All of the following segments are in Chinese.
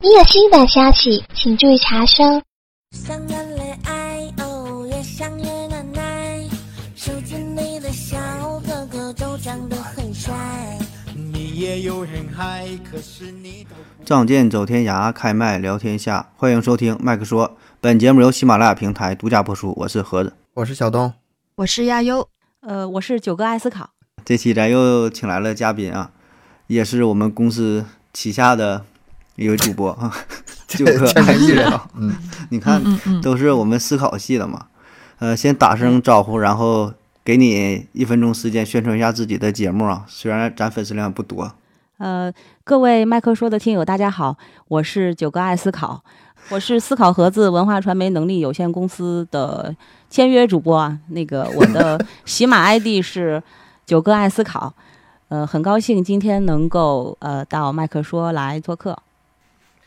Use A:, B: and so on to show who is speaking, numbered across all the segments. A: 你有新版消息，请注意查收。
B: 想谈恋爱，哦，也想越难耐。手机里的小哥哥都长得很帅。
C: 你也有人爱，可是你都
D: 仗剑走天涯，开麦聊天下。欢迎收听麦克说，本节目由喜马拉雅平台独家播出。我是盒子，
E: 我是小东，
F: 我是亚优，
G: 呃，我是九哥艾斯考。
D: 这期咱又请来了嘉宾 啊，也是我们公司旗下的一位主播 啊，九
E: 这
D: 哥
E: 天
D: 艾
E: 天艺
D: 斯
E: 人
D: 考。
E: 嗯，
D: 你看，都是我们思考系的嘛。呃，先打声招呼，然后给你一分钟时间宣传一下自己的节目啊。虽然咱粉丝量不多，
G: 呃，各位麦克说的听友，大家好，我是九哥爱思考，我是思考盒子文化传媒能力有限公司的签约主播啊。那个我的喜马 ID 是九哥爱思考，呃，很高兴今天能够呃到麦克说来做客，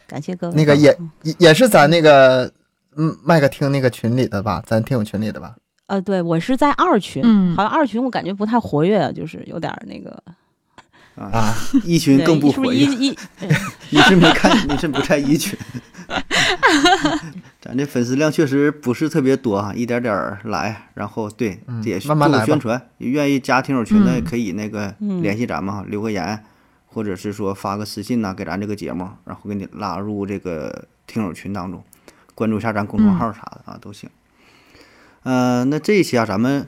G: 感谢各位。
E: 那个也也也是咱那个嗯麦克听那个群里的吧，咱听友群里 的吧。
G: 呃，对我是在二群，
F: 嗯
G: 好像二群我感觉不太活跃，就是有点儿那个，
E: 啊，
D: 一群
G: 对
D: 更不
G: 是不
D: 活
G: 是
D: 跃。
G: 一一
D: 你是没看，你是不在一群。咱这粉丝量确实不是特别多哈，一点点儿来。然后对，
E: 嗯
D: 这也是
E: 慢慢
D: 做个
E: 来吧
D: 宣传，愿意加听友群的
F: 嗯
D: 可以那个
G: 嗯
D: 联系咱们哈，留个言，或者是说发个私信呐、给咱这个节目，然后给你拉入这个听友群当中，关注一下咱公
E: 嗯
D: 众号啥的啊、都行。呃，那这一期啊，咱们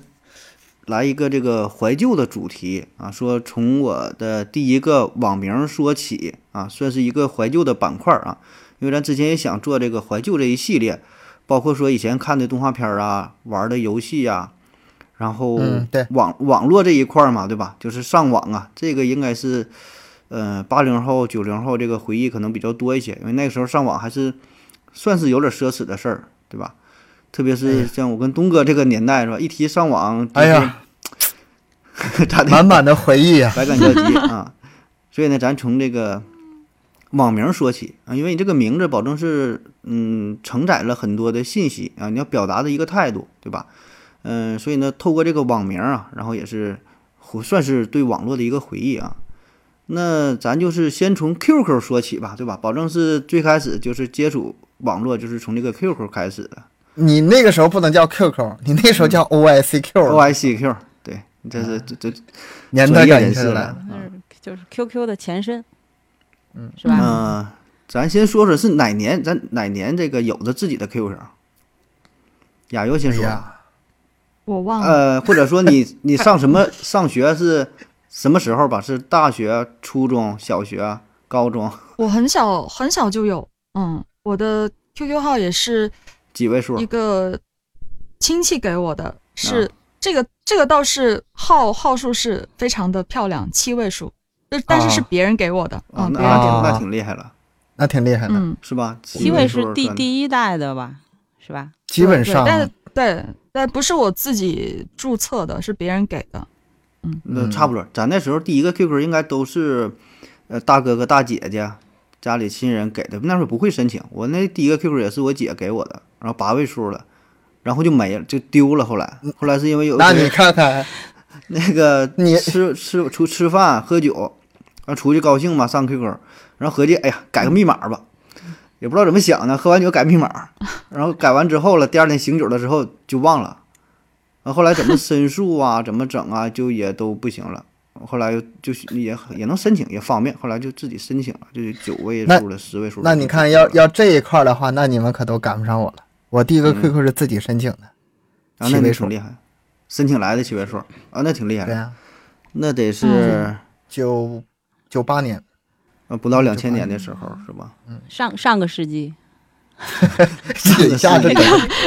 D: 来一个这个怀旧的主题啊，说从我的第一个网名说起啊，算是一个怀旧的板块啊，因为咱之前也想做这个怀旧这一系列，包括说以前看的动画片啊、玩的游戏呀、然后
E: 嗯对
D: 网网络这一块儿嘛，对吧？就是上网啊，这个应该是呃八零后、九零后这个回忆可能比较多一些，因为那个时候上网还是算是有点奢侈的事儿，对吧？特别是像我跟东哥这个年代是吧？一提上网，
E: 哎呀，
D: 咋的
E: 满满的回忆啊。
D: 百感交集啊。所以呢，咱从这个网名说起啊，因为你这个名字保证是嗯承载了很多的信息啊，你要表达的一个态度，对吧？嗯，所以呢，透过这个网名啊，然后也是回算是对网络的一个回忆啊。那咱就是先从 QQ 说起吧，对吧？保证是最开始就是接触网络，就是从这个 QQ 开始的
E: 你那个时候不能叫 QQ，你那时候
D: 嗯
E: 叫
D: 哦
E: OICQ，
D: ，OICQ，对，这是这这
E: 嗯年代
D: 专业
E: 感一
D: 人
E: 下
D: 士
E: 就
D: 了
E: 来了。
D: 啊。
G: 就是 QQ 的前身，
E: 嗯，
G: 是吧？
D: 嗯，咱先说说是哪年，咱哪年这个有着自己的 QQ？亚优先
E: 哎
D: 说，
E: 呀，
F: 我忘了，
D: 呃，或者说你 你上什么上学是什么时候吧？是大学、初中小学、高中
F: 我很小很小就有，嗯，我的 QQ 号也是
D: 几位数
F: 一？个亲戚给我的，
E: 啊
F: 是、这个这个倒是号号数是非常的漂亮，七位数，就但是是
E: 啊
F: 别人给我的，
D: 哦，
F: 嗯，
D: 那
F: 别人给我
E: 啊
F: 的，
D: 那挺厉害了，
E: 那挺厉害的，
F: 嗯，
D: 是吧？
G: 七位
D: 数
G: 是第
D: 算
G: 第一代的吧，是吧？
E: 基本
F: 对
E: 上
F: 对但是对，但不是我自己注册的，是别人给 的，
E: 嗯
D: 那差不多。咱那时候第一个 QQ 应该都是，呃，大哥哥大姐姐家里亲人给的，那时候不会申请。我那第一个 QQ 也是我姐给我的，然后八位数了，然后就没了，就丢了。后来，后来是因为有一
E: 那
D: 回
E: 你看看，
D: 那个
E: 你
D: 吃吃出吃饭喝酒，然后出去高兴嘛，上 QQ，然后合计哎呀改个密码吧，也不知道怎么想的，喝完酒改密 码，然后改完之后了，第二天醒酒了之后就忘了，然后后来怎么申诉啊，怎么整啊，就也都不行了。后来就是也也能申请，也方便。后来就自己申请了，就是九位
E: 那
D: 数了，十位数了。
E: 那你看要要这一块的话，那你们可都赶不上我了。我第一个
D: 嗯
E: QQ 是自己申请的，
D: 啊，
E: 七
D: 那
E: 位
D: 你
E: 数
D: 挺厉害，申请来的七位数啊，那挺厉害
E: 对嗯
D: 的。
E: 呀，
D: 那得是、
E: 九九八年，
D: 呃不到
E: 嗯
D: 两千年的时候是吧？
G: 上上个世纪
E: 一 下这都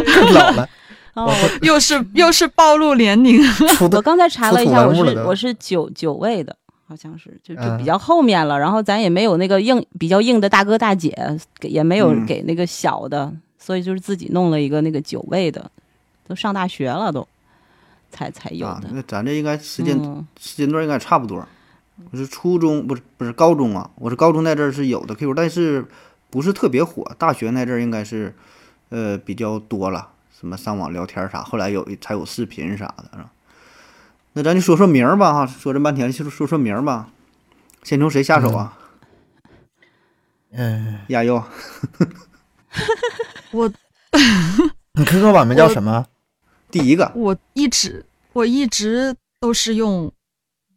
E: 更老了。
G: 哦，我
F: 又是又是暴露年龄，
E: 出 的
G: 我刚才查了一下，
E: 出土文物
G: 我
E: 了
G: 是
E: 都
G: 我是九九位的，好像是就就
E: 嗯
G: 比较后面了。然后咱也没有那个硬比较硬的大哥大姐，给也没有
D: 嗯
G: 给那个小的，所以就是自己弄了一个那个九位的，都上大学了都才才有
D: 啊
G: 的，。
D: 那咱这应该时间、
G: 嗯，
D: 时间段应该差不多。我是初中，不是不是高中啊，我是高中那阵儿是有的 QQ，但是不是特别火。大学那阵儿应该是，呃，比较多了，什么上网聊天儿啥，后来有才有视频啥的啊。那咱就说说名儿吧，哈，说这半天就说说名儿吧，先从谁下手啊？
E: 嗯，
D: 亚优，啊
F: 我
E: 你 QQ 版名叫什么？
D: 第一个
F: 我一直我一直都是用，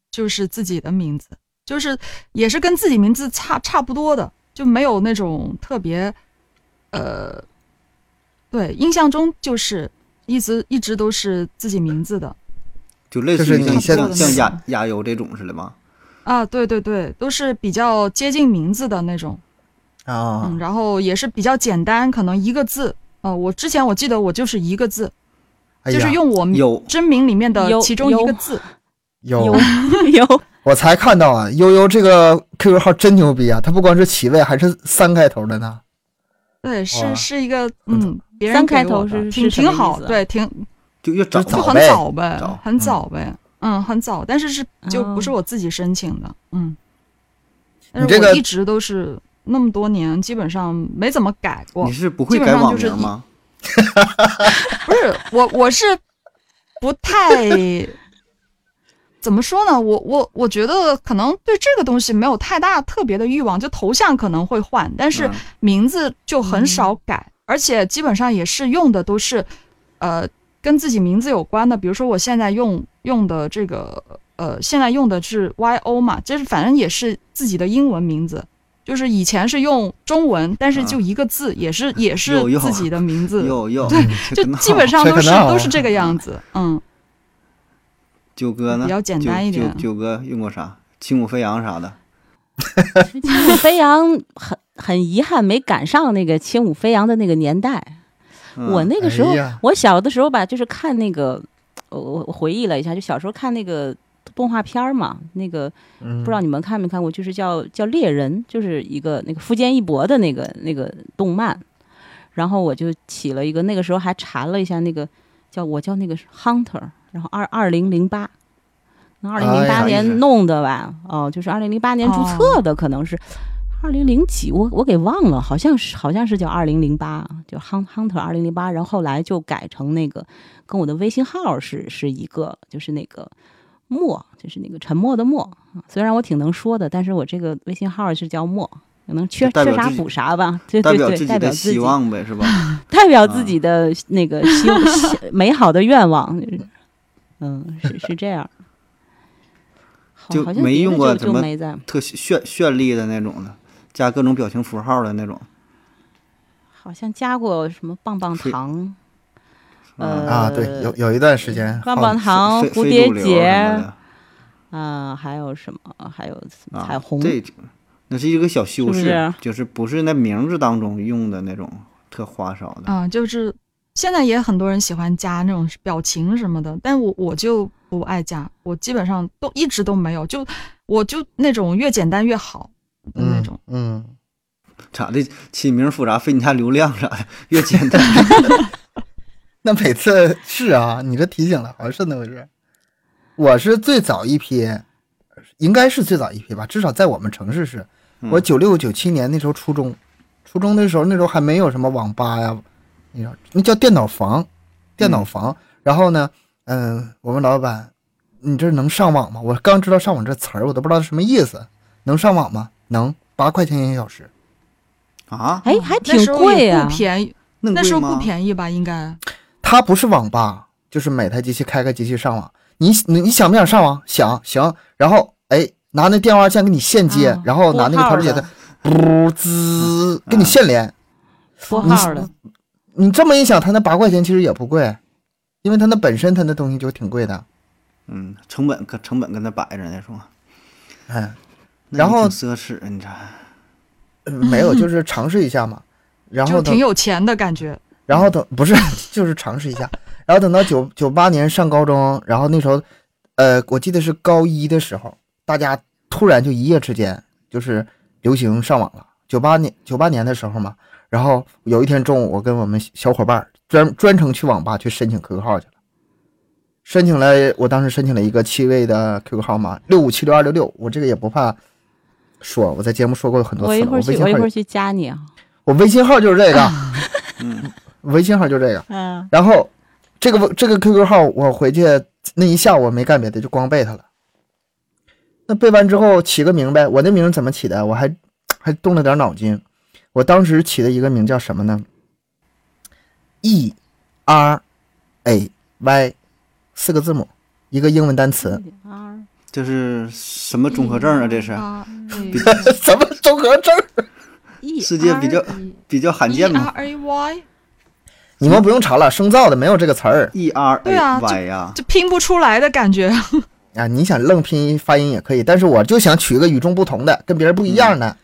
F: 就是自己的名字，就是也是跟自己名字差差不多的，就没有那种特别，呃，对，印象中就是一直一直都是自己名字的
D: 就类
E: 就
D: 似
E: 是
D: 于像
E: 你现
D: 像
F: 在
D: 像亚亚优这种似的吗？
F: 啊，对对对，都是比较接近名字的那种。
E: 啊
F: 嗯，，然后也是比较简单，可能一个字。呃，我之前我记得我就是一个字，
E: 哎
F: 就是
E: 呀
F: 用我名
D: 有
F: 真名里面的
G: 有
F: 其中一个字。
E: 有，
G: 有
E: 我才看到啊，悠悠这个 QQ 号真牛逼啊！它不光是起位，还是三开头的呢。
F: 对，是
E: 哇
F: 是一个嗯，别人
G: 三开
F: 给我
G: 头
F: 的
G: 是
F: 挺
G: 是什
F: 挺
G: 么意
F: 好，
G: 思啊
F: 对，挺
D: 就越早
E: 就
F: 就
E: 早
F: 很
E: 呗
F: 早呗
D: 早，
F: 很早呗，嗯，很早，但是是就不是
G: 哦
F: 我自己申请的，嗯，但
E: 你
F: 是
E: 这
F: 我
E: 个
F: 一直都是那么多年，基本上没怎么改过。
D: 你是不会
F: 基本
D: 改
F: 上
D: 网
F: 就是
D: 名
F: 一
D: 吗？
F: 不是我，我是不太怎么说呢？我我我觉得可能对这个东西没有太大特别的欲望，就头像可能会换，但是
D: 嗯
F: 名字就很少改，而且基本上也是用的都是呃跟自己名字有关的，比如说我现在用用的这个呃现在用的是 Y O 嘛，就是反正也是自己的英文名字。就是以前是用中文，但是
D: 嗯
F: 就一个字，也是也是
D: 有有
F: 自己的名字，
D: 有有，
F: 就
D: 哦这个
F: 基本上
E: 这
F: 都
E: 个
F: 是
E: 闹啊
F: 都是这个样子，嗯，
D: 九哥呢？
F: 比较简单一
D: 九
F: 点
D: 九九哥用过啥？轻舞飞扬啥的，
G: 轻舞飞扬很很遗憾没赶上那个轻舞飞扬的那个年代。
D: 嗯
G: 我那个时候
E: 哎呀，
G: 我小的时候吧，就是看那个，我我我回忆了一下，就小时候看那个动画片儿嘛，那个
E: 嗯，
G: 不知道你们看没看过，就是叫叫猎人，就是一个那个富坚义博的那个那个动漫。然后我就起了一个，那个时候还查了一下那个叫我叫那个 hunter，然后二二零零八。二零零
E: 哎
G: 八
E: 呀
D: 意思
G: 年弄的吧，哦，就是二零零八年注册的，可能
D: 哦
G: 是二零零几，我我给忘了，好像是好像是叫二零零八，就 Hun- Hunter 二零零八，然后后来就改成那个跟我的微信号是是一个，就是那个默，就是那个沉默的默。啊虽然我挺能说的，但是我这个微信号是叫默，可能缺
D: 就代
G: 缺
D: 表
G: 啥
D: 自己
G: 补啥吧，对
D: 代
G: 对
D: 表
G: 对，
D: 自己
G: 代表
D: 的
G: 自己
D: 希望呗，是吧？
G: 代表
D: 啊
G: 自己的那个希希美好的愿望，就是嗯，是是这样。好
D: 就
G: 好像
D: 没
G: 别的
D: 用过
G: 就
D: 怎么
G: 就没在，
D: 特绚绚丽的那种的，加各种表情符号的那种。
G: 好像加过什么棒棒
D: 非
G: 糖，
D: 嗯哦
G: 呃
E: 啊，对，有有一段时间，
G: 棒棒
E: 好
G: 糖、
D: 非
G: 蝴
D: 非
G: 蝶
D: 主流
G: 结，
D: 什么
G: 啊、还有什么？还
F: 哦
G: 有
D: 的啊
G: 彩虹，
D: 这那是一个小修
G: 是不
D: 饰
G: 是，
D: 就是不是那名字当中用的那种特花哨的。
F: 啊、就是现在也很多人喜欢加那种表情什么的，但我我就不爱加，我基本上都一直都没有，就我就那种越简单越好的那
E: 嗯
F: 种，
E: 嗯，
D: 咋的？起名复杂，费你家流量啥的，越简 单。
E: 那每次是啊，你这提醒了，好像是那回事。我是最早一批，应该是最早一批吧，至少在我们城市是。我九六九七年那时候初中，初中的时候那时候还没有什么网吧呀，你知道那叫电脑房，电脑房。然后呢，嗯、我问老板，你这能上网吗？我刚知道上网这词儿，我都不知道什么意思。能上网吗？能，八块钱一个小时。
D: 啊，
G: 哎，还
F: 那
G: 挺
F: 时候
G: 贵
F: 也
G: 呀、
F: 不便宜，
D: 那
F: 那时候不
D: 宜。
F: 便宜吧？应该
E: 它不是网吧，就是每台机器开个机器上网。你你你想不想上网？想行。然后哎，拿那电话线给你线接，
G: 啊
E: 嗯然后拿那个
G: 拨号
E: 调
G: 嗯
E: 制解
G: 的
E: 的，噗滋，给你线连。
G: 拨号的，
E: 你这么一想，它那八块钱其实也不贵，因为它那本身它那东西就挺贵的。
D: 嗯，成本跟成本跟他摆着呢，是吧？
E: 哎，
D: 那
E: 然
D: 你
E: 后
D: 挺奢侈，你这
E: 呃没有，就是尝试一下嘛。然
F: 就
E: 后
F: 挺
E: 等，
F: 有钱的感觉，
E: 然后
G: 嗯
E: 等，不是， 就是尝试一下。然后等到九九八年上高中，然后那时候，呃，我记得是高一的时候，大家突然就一夜之间就是流行上网了。九八年九八年的时候嘛，然后有一天中午，我跟我们小伙伴儿专专程去网吧去申请 QQ 号去了。申请了，我当时申请了一个七位的 QQ 号码，六五七六二六六。我这个也不怕说，我在节目说过很多
G: 我
E: 次
G: 一
E: 了。
G: 会
E: 我
G: 儿
E: 微
G: 去，
E: 信
G: 我
E: 号
G: 一会儿
E: 也，
G: 去加你啊。
E: 我微信号就是这 个，
D: 嗯，
E: 微信号就是这个。
G: 嗯，
E: 然后这个这个 QQ 号，我回去那一下午我没干别的，就光背它了。那背完之后起个名呗，我那名怎么起的？我还还动了点脑筋。我当时起的一个名叫什么呢？E R A Y 四个字母，一个英文单 词。
G: 啊，
D: 这是什么综合症啊？这是
F: 啊，
G: 嗯
E: 什么综合症？
G: E
D: 世界比较比较罕见
F: E
D: 嘛
F: R A Y，
E: 你们不用查了，生造的没有这个词儿
D: ？E R
F: 对
D: A
F: 啊
D: Y 呀，
F: 就拼不出来的感 觉。
E: 啊！你想愣拼音发音也可以，但是我就想取一个与众不同的，跟别人不一样的。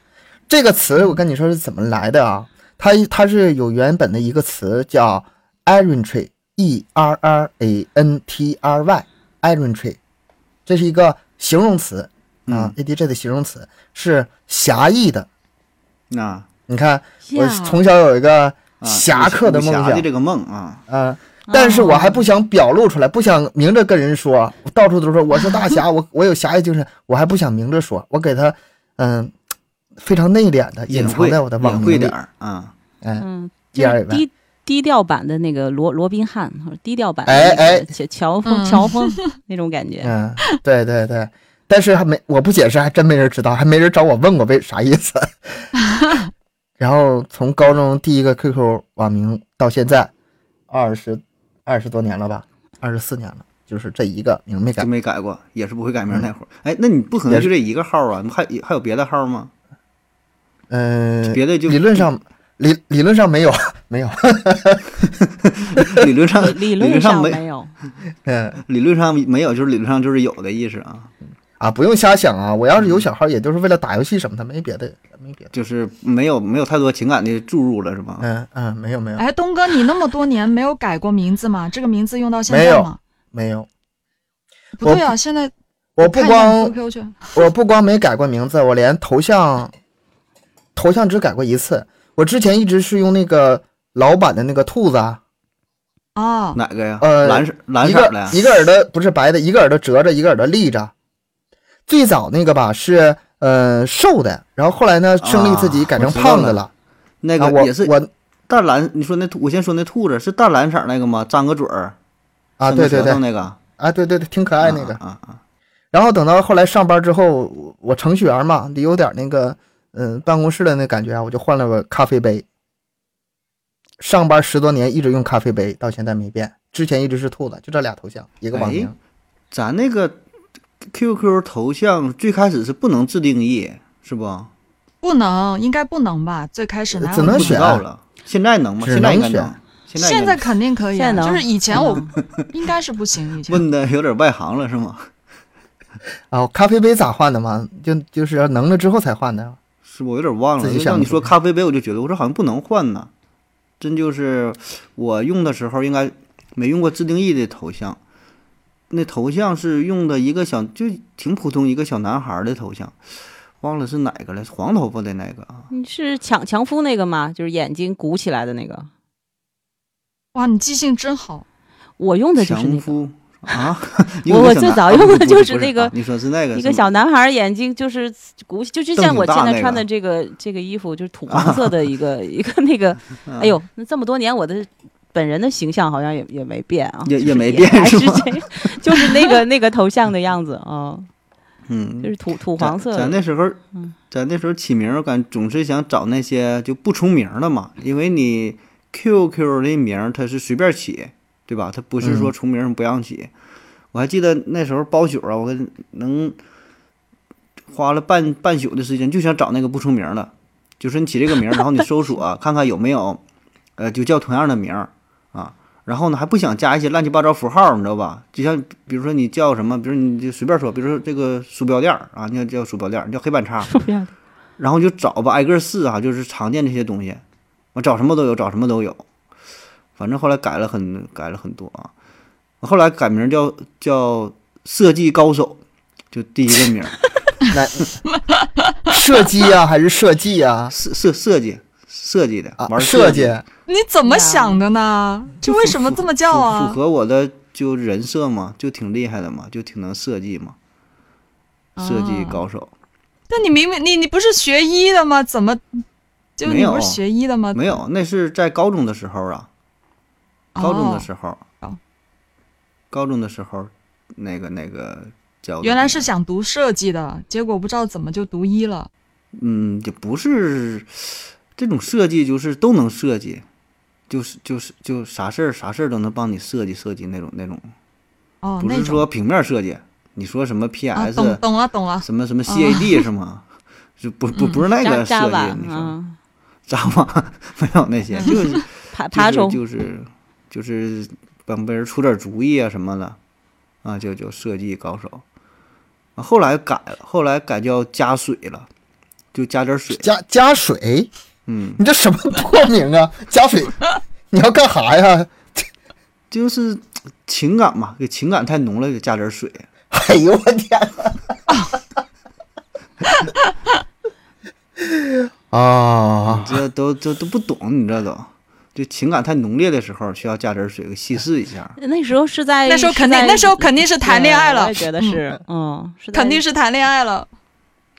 E: 这个词我跟你说是怎么来的啊？它它是有原本的一个词叫 errantry，e r r a n t r y，errantry，这是一个形容词
D: 嗯
E: 啊、a d j 的形容词是狭义的。嗯
D: 那
E: 你看，我
G: 呀
E: 从小有一个
D: 啊
E: 侠客的梦
D: 武
E: 想，
D: 侠的这个梦啊，
E: 啊，但是我还不想表露出来，不想明着跟人说，我到处都说我是大 侠，我我有侠义精神，我还不想明着说，我给他，嗯，非常内敛的隐
D: 隐
E: 藏
D: 晦
E: 在我的网
D: 隐
E: 名
D: 晦
E: 里
D: 点，儿啊，
E: 哎，
G: 嗯，
E: 一
G: 就
E: 二
G: 是
E: 一万
G: 低低调版的那个罗罗宾汉，或者低调版的
E: 哎
G: 那个
E: 哎
G: 乔乔峰
F: 嗯
G: 乔峰那种感觉。
E: 嗯，对对对，但是还没我不解释，还真没人知道，还没人找我问过为啥意 思。然后从高中第一个 QQ 网名到现在，二十二十多年了吧，二十四年了，就是这一个名没改
D: 就。没改过，也是不会改名那会儿。哎，那你不可能就这一个号啊？还还有别的号吗？
E: 嗯，
D: 别的就
E: 理论上理理论上没有 没有，
D: 理论上
G: 理
D: 嗯理论
G: 论
D: 上
G: 没
D: 没
G: 有，
E: 嗯
D: 理论上没有，就是理论上就是有的意思啊，
E: 啊，不用瞎想啊，我要是
D: 嗯
E: 有小号，也就是为了打游戏什么的，没别的，没别的。
D: 就是没有没有太多情感的注入了，是吧？
E: 嗯嗯，没有没有
F: 哎，东哥，你那么多年没有改过名字吗？这个名字用到现
E: 没
F: 在
E: 有
F: 吗？
E: 没有，
F: 不对啊，现在
E: 我不
F: 看一下你
E: 光
F: QQ 去，
E: 我不光没改过名字，我连头像头像只改过一次。我之前一直是用那个老版的那个兔子啊，
F: 啊，
D: 哪个呀？
E: 呃
D: 蓝色蓝
E: 一
D: 色的
E: 个
D: 呀，
E: 一个耳朵不是白的，一个耳朵折着，一个耳朵立着。最早那个吧是呃瘦的，然后后来呢胜利自己
D: 啊
E: 改
D: 我
E: 成
D: 知道
E: 胖
D: 了
E: 的了。
D: 那
E: 啊，
D: 个也是
E: 我我
D: 淡蓝。你说那兔，我先说那兔子是淡蓝色那个吗？张个嘴儿
E: 啊，
D: 伸
E: 对
D: 个
E: 对
D: 舌
E: 对
D: 头，那个
E: 啊，对对对，挺可爱那个。
D: 啊啊啊，
E: 然后等到后来上班之后，我我程序员嘛，得有点那个嗯、呃办公室的那感觉啊，我就换了个咖啡杯。上班十多年一直用咖啡杯，到现在没变。之前一直是兔子，就这俩头像，一个网名
D: 哎。咱那个 QQ 头像最开始是不能自定义，是不？
F: 不能，应该不能吧？最开始哪有
E: 只能
D: 不
F: 不
D: 知
E: 选
D: 道了，现在能吗？
E: 只
D: 现在应该
E: 能选
D: 能。现在
F: 现
D: 应
F: 在
D: 该
F: 肯定可以
G: 现
F: 啊，
G: 在能
F: 就是以前我
G: 能
F: 应该是不行，以前
D: 问的有点外行了是吗？
E: 啊，我咖啡杯咋换的嘛？就就是要能了之后才换的。
D: 是我有点忘了
E: 自己，想
D: 让你
E: 的
D: 说咖啡杯，我就觉得我说好像不能换呢。真就是我用的时候应该没用过自定义的头像，那头像是用的一个小就挺普通一个小男孩的头像，忘了是哪个了，黄头发的那个啊。
G: 你嗯是强强夫那个吗？就是眼睛鼓起来的那个。
F: 哇，你记性真好，
G: 我用的就是那
D: 强
G: 个，
D: 夫啊，你
G: 我
D: 用的
G: 我
D: 小
G: 最
D: 男
G: 早
D: 啊
G: 用
D: 不
G: 的
D: 不
G: 就
D: 不
G: 是
D: 不
G: 那
D: 啊
G: 个
D: 你说是那个
G: 一
D: 是
G: 个
D: 吗
G: 小男孩眼睛就是鼓起，就就
D: 瞪
G: 像
D: 挺
G: 我
D: 大
G: 现在
D: 那
G: 穿
D: 个
G: 的这个这个衣服，就是土黄色的 一个一个那个。
D: 嗯
G: 哎呦，那这么多年我的。本人的形象好像也也没变啊，
D: 也
G: 就
D: 也
G: 是
D: 没变
G: 还
D: 是
G: 是
D: 吗
G: 这， 就是那个那个头像的样子啊，
D: 嗯
G: 就，是土土黄色
D: 咱。咱
G: 的。嗯
D: 那时候，咱那时候起名儿，我感总是想找那些就不重名儿的嘛，因为你 QQ 的名儿它是随便起，对吧？它不是说重名儿不让起。我还记得那时候包宿啊，我跟能花了半半宿的时间，就想找那个不重名儿的，就是你起这个名儿，然后你搜索、啊看看有没有，呃，就叫同样的名儿啊。然后呢，还不想加一些乱七八糟符号，你知道吧？就像比如说你叫什么，比如你就随便说，比如说这个鼠标垫儿啊，你要叫鼠标垫儿，你叫黑板擦， 然后就找吧，挨个儿试啊，就是常见这些东西，我找什么都有，找什么都有。反正后来改了很改了很多啊，后来改名叫叫设计高手，就第一个名儿
E: 那射击呀、还是设计呀、
D: 设设设计设计的
E: 啊？
D: 玩
E: 设计
D: 计，
F: 你怎么想的呢？这为什么这么叫
D: 符
F: 啊？
D: 合我的就人设嘛，就挺厉害的嘛，就挺能设计嘛，设计
F: 哦
G: 啊
D: 高手。
F: 但你明明你你不是学医的吗？怎么就
D: 没
F: 你
D: 有
F: 不是学医的吗？
D: 没有，那是在高中的时候啊，
F: 哦，
D: 高中的时候，
F: 哦
D: 高中的时候，那个那个教的
F: 原来是想读设计的，结果不知道怎么就读医了。
D: 嗯，也不是这种设计，就是都能设计，就是就是就啥事儿啥事儿都能帮你设计设计那种那种，
F: 哦，
D: 不
F: 那
D: 是
F: 种
D: 说平面设计。你说什么
F: 啊，
D: PS、
F: 懂懂了懂了，
D: 什么什么 CAD 是吗？就不不不是那
G: 扎
D: 个设
G: 扎吧
D: 计，，你说
G: 哦嗯，
D: 扎吧没有那些，就是
G: 爬 爬虫，
D: 就是就是就是帮别人出点主意啊什么的，啊，就就设计高手。啊后来改了，后来改叫加水了，就加点水。
E: 加加水，
D: 嗯，
E: 你这什么破名啊？加水，你要干啥呀？
D: 就是情感嘛，给情感太浓了，就加点水。
E: 哎呦我天哪！ 啊，
D: 这都这都不懂，你这都。就情感太浓烈的时候，需要加点水，给 稀释一下。
G: 那时候是在
F: 那时候肯定
G: 哎是在
F: 那时候肯定是谈恋爱
G: 对
F: 了
G: 我也觉得是，嗯，是在
F: 肯定是谈恋爱了。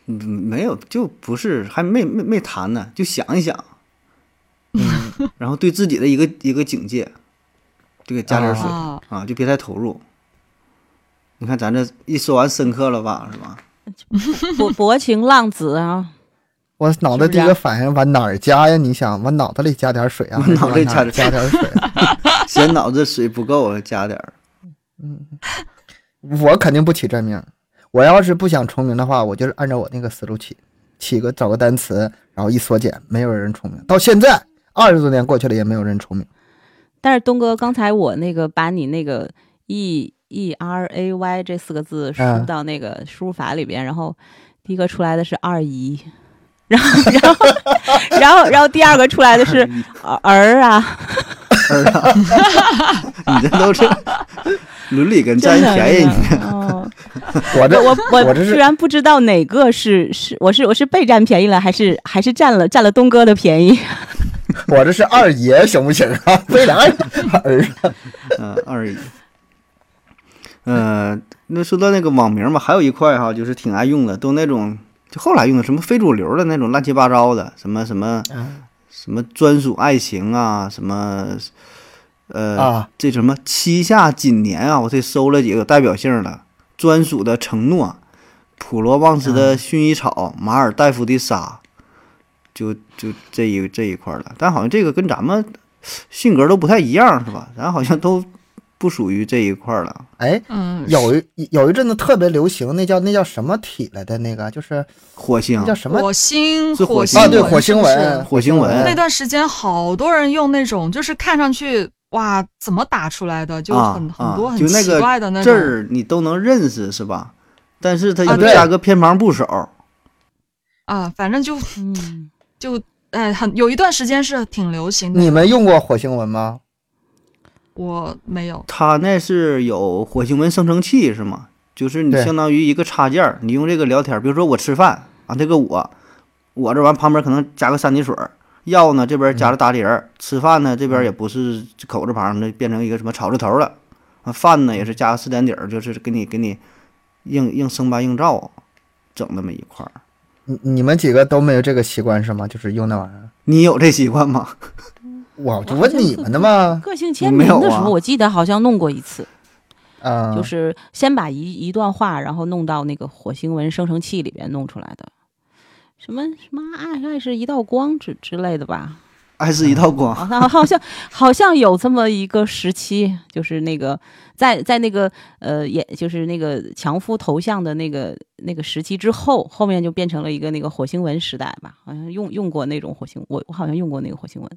D: 嗯，没有，就不是，还没没没谈呢，就想一想，嗯，然后对自己的一个一个警戒，就给加点水。
G: 哦
F: 啊，
D: 啊，就别太投入。你看咱这一说完深刻了吧，是吧？
G: 薄薄情浪子啊，
E: 我脑袋第一
G: 是不
E: 个反应往哪儿加呀？你想往脑袋里加点 水啊？
D: 往脑袋里加点
E: 还是往哪儿加点水啊？
D: 嫌脑子水不够了，加点儿。
E: 我肯定不起这名儿。我要是不想重名的话，我就是按照我那个思路起，起个找个单词，然后一缩减，没有人重名。到现在二十多年过去了，也没有人重名。
G: 但是东哥，刚才我那个把你那个 e e r a y 这四个字输
E: 嗯
G: 到那个输入法里边，然后第一个出来的是二姨，然后然后然后然后第二个出来 的是
D: 嗯
G: 儿儿啊，
D: 你这都是 伦理跟占
G: 真的
D: 人便宜，
G: 真的
D: 你
G: 哦
E: 我这
G: 我我
E: 我这
G: 居
E: 是
G: 然不知道哪个是是我是我是被占便宜了，还是还是占了占了东哥的便宜？
E: 我这是二爷行不行 啊？非得二儿子
D: 嗯、二姨。呃，那说到那个网名吧，还有一块哈，就是挺爱用的，都那种就后来用的什么非主流的那种乱七八糟的，什么什么什么专属爱情啊，什么呃、
E: 啊
D: 这什么七夏锦年啊，我这搜了几个有代表性的，专属的承诺，普罗旺斯的薰衣草，马尔代夫的沙，就就这一这一块儿了。但好像这个跟咱们性格都不太一样，是吧？咱好像都不属于这一块儿了。
E: 哎，
F: 嗯，
E: 有一有一阵子特别流行，那叫那叫什么体来的那个，就是
D: 火星
E: 那叫什么
F: 火星
D: 是火
F: 星
D: 星嗯
E: 啊？对，
D: 文
E: 火星
F: 是不
E: 文，
F: 是
D: 火星文
F: 那段时间好多人用那种，就是看上去哇，怎么打出来的，就
D: 啊
F: 很、
D: 啊
F: 很多很
D: 就那
F: 奇
D: 个
F: 怪的那
D: 字
F: 种。
D: 儿你都能认识，是吧？但是它
F: 啊
D: 又
E: 对
D: 加个偏旁部首，
F: 啊，反正就
G: 嗯，
F: 就哎，很有一段时间是挺流行的。
E: 你们用过火星文吗？
F: 我没有，
D: 它那是有火星文生成器是吗？就是你
E: 对
D: 相当于一个插件儿，你用这个聊天儿，比如说我吃饭啊，这个我，我这完旁边可能加个三点水儿，药呢这边加了打底儿，吃饭呢这边也不是口字旁，那变成一个什么草字头了，啊饭呢也是加个四点底儿，就是给你给你硬硬生搬硬造，整那么一块儿。
E: 你你们几个都没有这个习惯是吗？就是用那玩意儿。
D: 你有这习惯 吗？
E: 我就问你们的嘛，
G: 个性签
D: 没
G: 名
D: 有
G: 的时候，
D: 啊
G: 我记得好像弄过一次。
E: 啊，
G: 就是先把一一段话，然后弄到那个火星文生成器里边弄出来的，什么什么爱爱是一道光之之类的吧，
D: 爱是一道光，
G: 好啊像好像好像有这么一个时期，就是那个在在那个呃也就是那个强夫头像的那个那个时期之后，后面就变成了一个那个火星文时代吧，好像用用过那种火星，我我好像用过那个火星文，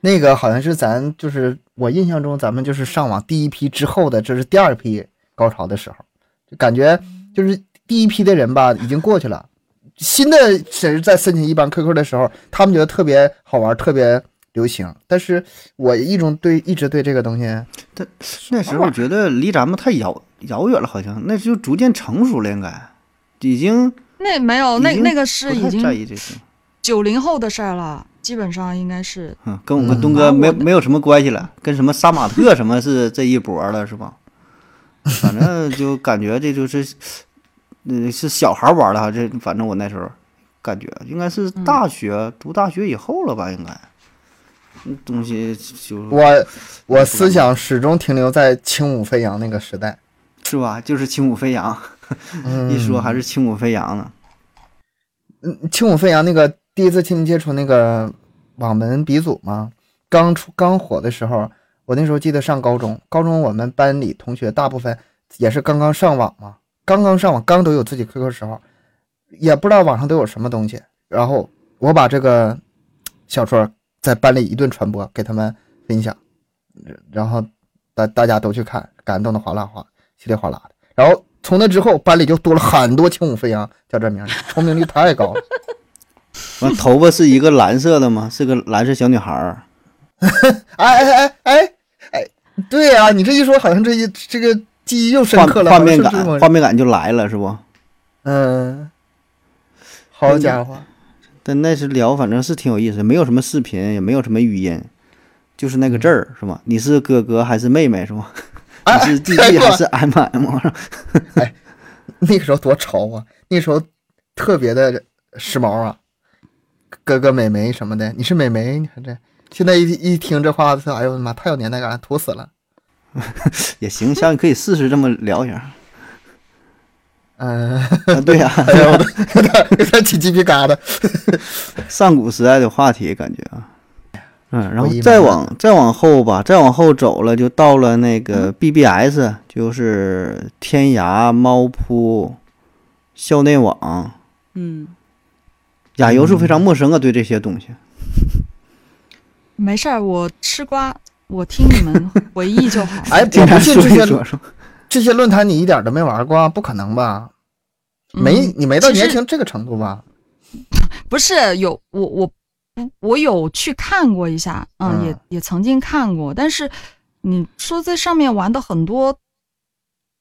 E: 那个好像是咱就是我印象中咱们就是上网第一批之后的，这是第二批高潮的时候，就感觉就是第一批的人吧已经过去了，新的谁在申请一班 QQ 的时候，他们觉得特别好玩，特别流行。但是我一种对一直对这个东西，
D: 那时候觉得离咱们太遥遥远了，好像那就逐渐成熟了，应该已经
F: 那没有，
D: 已
F: 那
D: 经
F: 那个是
D: 不太
F: 已
D: 在
F: 经
D: 意这些。
F: 九零后的事儿了，基本上应该是
D: 嗯，跟我们东哥
F: 嗯
D: 没
F: 我的
D: 没有什么关系了，跟什么杀马特什么是这一波了，是 吧？反正就感觉这就是，呃，是小孩玩的哈。这反正我那时候感觉应该是大学、读大学以后了吧，应该。嗯东西就
E: 我我思想始终停留在轻舞飞扬那个时代。
D: 是吧，就是轻舞飞扬，
E: 嗯
D: 一说还是轻舞飞扬呢。
E: 嗯，轻舞飞扬那个第一次亲密接触那个网门鼻祖嘛，刚出刚火的时候，我那时候记得上高中，高中我们班里同学大部分也是刚刚上网嘛，刚刚上网，刚都有自己 QQ 时候，也不知道网上都有什么东西，然后我把这个小说在班里一顿传播，给他们分享，然后大大家都去看，感动的哗啦哗，稀里哗啦的。然后从那之后，班里就多了很多轻舞飞扬叫这名儿， 重名率太高了。
D: 完，头发是一个蓝色的吗？是个蓝色小女孩 儿。
E: 哎哎哎哎哎，对呀、你这一说，好像这一这个记忆又深
D: 画
E: 刻了，
D: 画面
E: 好像是这么
D: 感，画面感就来了，是不？
E: 嗯，好家伙，
D: 但那是聊，反正是挺有意思，没有什么视频，也没有什么语音，就是那个字儿，是吧？你是哥哥还是妹妹，是吧？你
E: 哎
D: 是弟弟还是 M M？
E: 那个时候多潮啊！那个时候特别的时髦啊，哥哥美眉什么的，你是美眉，你看这现在一一听这话，哎呦我的妈，太有年代感了，土死了。
D: 也行，下你可以试试这么聊一下。
E: 嗯，
D: 啊对呀、
E: 哎呦，我的有点有点起鸡皮疙瘩。
D: 上古时代的话题感觉啊。嗯，然后
E: 回忆满
D: 再
E: 满
D: 往再往后吧，再往后走了，就到了那个 BBS，、就是天涯、猫扑、校内网。
G: 嗯，
D: 亚游是非常陌生啊，对这些东西。
F: 没事儿，我吃瓜，我听你们回忆就 好。
E: 哎，
D: 经
E: 我
D: 常
E: 不信
D: 说
E: 这
D: 一
E: 些
D: 说说，
E: 这些论坛你一点都没玩过啊，不可能吧？
F: 嗯
E: 没，你没到
F: 其实
E: 年轻这个程度吧？
F: 不是有我我不我有去看过一下，嗯，
E: 嗯
F: 也也曾经看过，但是你说在上面玩的很多，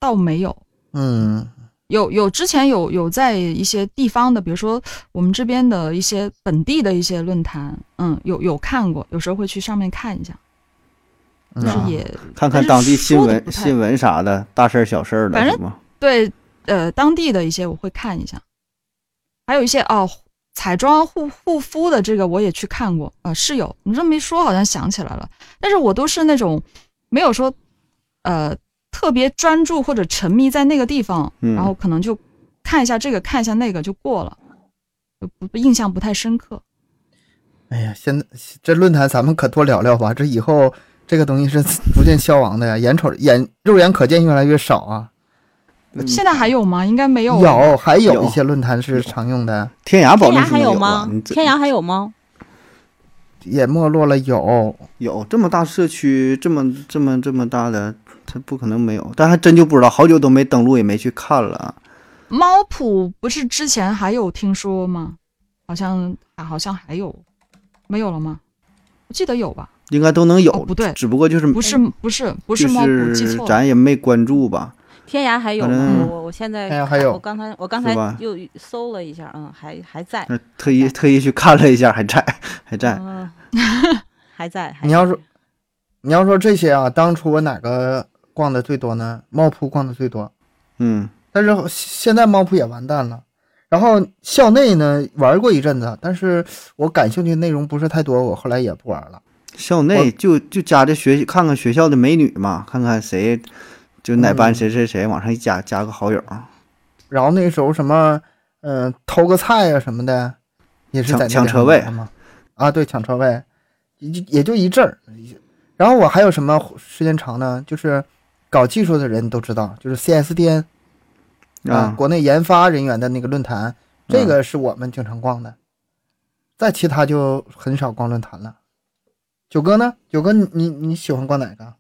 F: 倒没有。
E: 嗯
F: 有有之前有有在一些地方的，比如说我们这边的一些本地的一些论坛，嗯，有有看过，有时候会去上面看一下，
E: 嗯
F: 就是
E: 啊
F: 也、
D: 看
F: 但
D: 看
F: 是
D: 当地新
F: 说得
D: 闻、
F: 不太
D: 新闻啥的，大事儿、小事儿
F: 反
D: 的，
F: 正
D: 是吗？
F: 对，呃，当地的一些我会看一下，还有一些哦，彩妆护护肤的这个我也去看过啊、呃是有。你这么一说，好像想起来了，但是我都是那种没有说，呃，特别专注或者沉迷在那个地方，
D: 嗯
F: 然后可能就看一下这个，看一下那个就过了，就不不印象不太深刻。
E: 哎呀，现在这论坛咱们可多聊聊吧，这以后这个东西是逐渐消亡的呀，眼瞅眼肉眼可见越来越少啊。
D: 嗯
F: 现在还有吗？应该没有了。
E: 有，还有
D: 有
E: 一些论坛是常用的，
D: 天涯保
G: 天
D: 证
G: 涯
D: 是没
G: 还有
D: 啊
G: 吗
D: 你？这
G: 天涯还有吗？
E: 也没落了有。
D: 有这么大社区，这么这么这么大的，它不可能没有，但还真就不知道，好久都没登录，也没去看了啊。
F: 猫谱不是之前还有听说吗？好像啊，好像还有，没有了吗？我记得有吧？
D: 应该都能有，
F: 哦不对
D: 只不过就是嗯
F: 不是，不是，不
D: 就是
F: 猫谱，记错了。
D: 咱也没关注吧，
G: 天涯还有吗？
D: 嗯
G: 我我现在
E: 天涯还有
G: 我刚才我刚
D: 是
G: 才
D: 吧
G: 又搜了一下，嗯，还还在，
D: 那特意
G: 对
D: 特意去看了一下，还在还在，
G: 嗯，还在。还
E: 你要说你要说这些啊，当初我哪个逛的最多呢？猫扑逛的最多，
D: 嗯，
E: 但是现在猫扑也完蛋了。然后校内呢玩过一阵子，但是我感兴趣的内容不是太多，我后来也不玩了。
D: 校内就就加这学看看学校的美女嘛，看看谁就哪班谁谁谁往上一加加个好友，
E: 然后那时候什么，嗯、偷个菜啊什么的，也是
D: 抢
E: 在那
D: 抢
E: 边
D: 车位
E: 玩嘛。啊，对，抢车位，也就也就一阵儿。然后我还有什么时间长呢？就是搞技术的人都知道，就是 CSDN 啊，
D: 啊，
E: 国内研发人员的那个论坛，这个是我们经常逛的。再其他就很少逛论坛了。九哥呢？九哥你，你你喜欢逛哪个？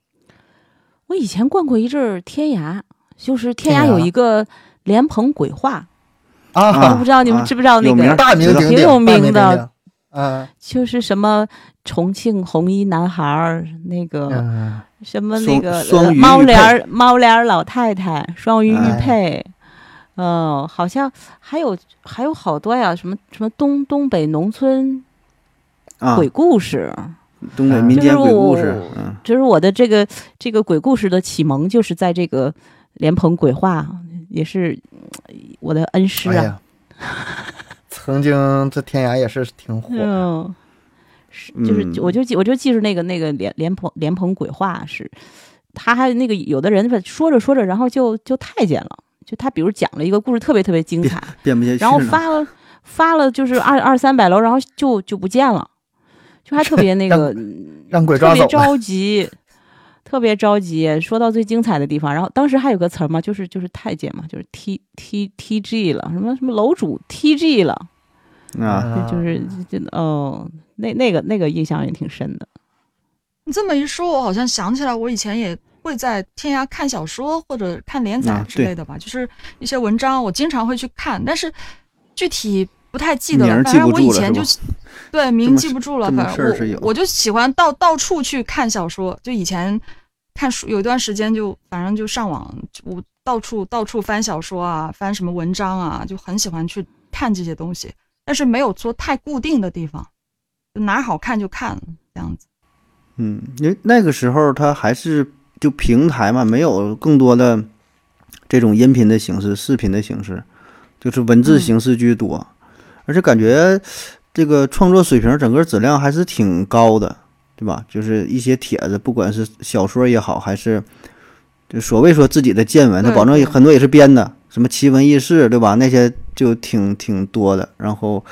G: 我以前逛过一阵儿天涯，就是天涯
E: 天涯
G: 有一个莲蓬鬼话，
E: 啊，
G: 我不知道你们
D: 啊
G: 知不知道那
D: 有名
G: 个
D: 儿
E: 大名鼎鼎，
G: 挺有名的
E: 大鼎鼎。嗯
G: 就是什么重庆红衣男孩儿，那个
E: 嗯，
G: 什么
D: 双
G: 那个
D: 双
G: 呃
D: 鱼
G: 猫
D: 玉佩
G: 脸儿猫脸儿老太太，双鱼玉
E: 哎
G: 佩，嗯、好像还有还有好多呀，什么什么东东北农村
D: 啊
G: 鬼，故事，
D: 东北民间鬼故事
G: 就是我，
D: 嗯，
G: 就是我的这个这个鬼故事的启蒙，就是在这个莲蓬鬼话，也是嗯我的恩师
E: 哎
G: 啊。
E: 呀，曾经这天涯也是挺火的，
G: 嗯，是就是，
D: 嗯
G: 我就记我就记住那个那个莲莲蓬莲蓬鬼话是，他还那个有的人吧说着说着，然后就就太监了，就他比如讲了一个故事特别特别精彩，
D: 编不下去了，
G: 然后发了发了就是二二三百楼，然后就就不见了，就还特别那个
E: 让鬼
G: 特
E: 抓
G: 别
E: 走了。
G: 着急，特别着急。说到最精彩的地方，然后当时还有个词儿嘛，就是就是太监嘛，就是 T T T G 了，什么什么楼主 T G 了，
D: 啊，
E: 啊
G: 就是就哦，那那个那个印象也挺深的。
F: 你这么一说，我好像想起来，我以前也会在天涯看小说或者看连载
D: 啊
F: 之类的吧，就是一些文章，我经常会去看，但是具体不太记得
D: 名儿
F: 了。
D: 记
F: 反正
D: 不
F: 我以
D: 住了
F: 前
D: 是
F: 就
D: 吧
F: 喜 对
D: 这
F: 名
D: 么
F: 记不住了，
D: 这么
F: 反
D: 事儿是
F: 正
D: 有
F: 我我就喜欢到到处去看小说，就以前看书有一段时间就反正就上网，我到处到处翻小说啊，翻什么文章啊，就很喜欢去看这些东西，但是没有说太固定的地方，就哪儿好看就看这样子。
D: 嗯，因为那个时候它还是就平台嘛，没有更多的这种音频的形式、视频的形式，就是文字形式居多，而且感觉这个创作水平整个质量还是挺高的，对吧？就是一些帖子，不管是小说也好，还是就所谓说自己的见闻，它
F: 对
D: 保证
F: 对
D: 很多也是编的，什么奇闻异事，对吧？那些就挺挺多的，然后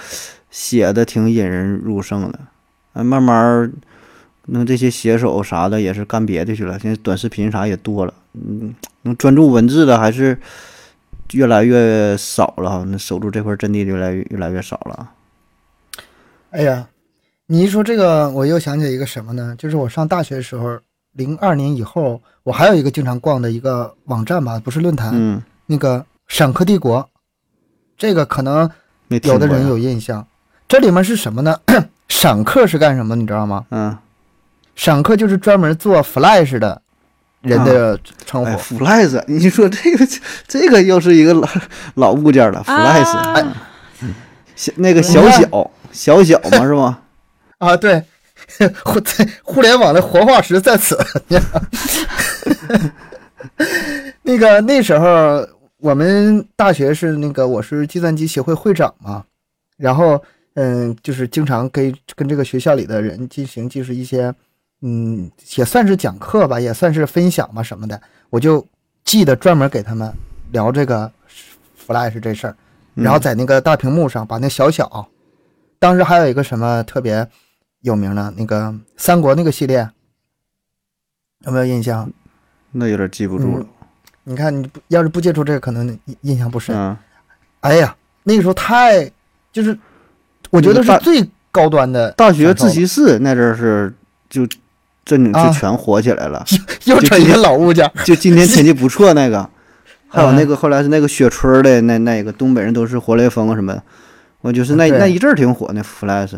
D: 写的挺引人入胜的，啊，慢慢儿那这些写手啥的也是干别的去了，现在短视频啥也多了，嗯，能专注文字的还是越来越少了哈。那守住这块阵地越来越越来越少
E: 啊
D: 了。
E: 哎呀，你一说这个，我又想起一个什么呢？就是我上大学的时候，零二年以后，我还有一个经常逛的一个网站吧，不是论坛，
D: 嗯，
E: 那个《闪客帝国》，这个可能
D: 没听
E: 有的
D: 过
E: 人
D: 呀
E: 有印象。这里面是什么呢？ 闪客是干什么？你知道吗？
D: 嗯，
E: 闪客就是专门做 Flash 的人的称呼。
D: 哎，Flash，你说这个这个又是一个老老物件了，Flash，、
G: 啊
D: 哎小那个小小小小嘛是吧？
E: 啊，对，互 在互联网的活化石在此。 那个那时候我们大学是那个我是计算机协会会长嘛，然后嗯，就是经常跟跟这个学校里的人进行就是一些嗯，也算是讲课吧，也算是分享吧什么的，我就记得专门给他们聊这个 Flash 这事儿。
D: 嗯
E: 然后在那个大屏幕上把那小小，当时还有一个什么特别有名的那个三国那个系列，有没有印象？
D: 那有点记不
E: 嗯
D: 住了。
E: 你看你不要是不接触这个，可能印印象不深。
D: 嗯，
E: 哎呀，那个时候太就是，我觉得
D: 那
E: 是
D: 个大
E: 最高端的
D: 大学自习室那阵儿是就这
E: 啊
D: 就全火起来了，
E: 又扯一个老物件，
D: 就今天天气不错那 个，还
E: 嗯
D: 有那个后来是那个雪村儿的那那个东北人都是活雷锋啊什么的，我就是那
E: 啊对
D: 那一阵儿挺火那 Flash，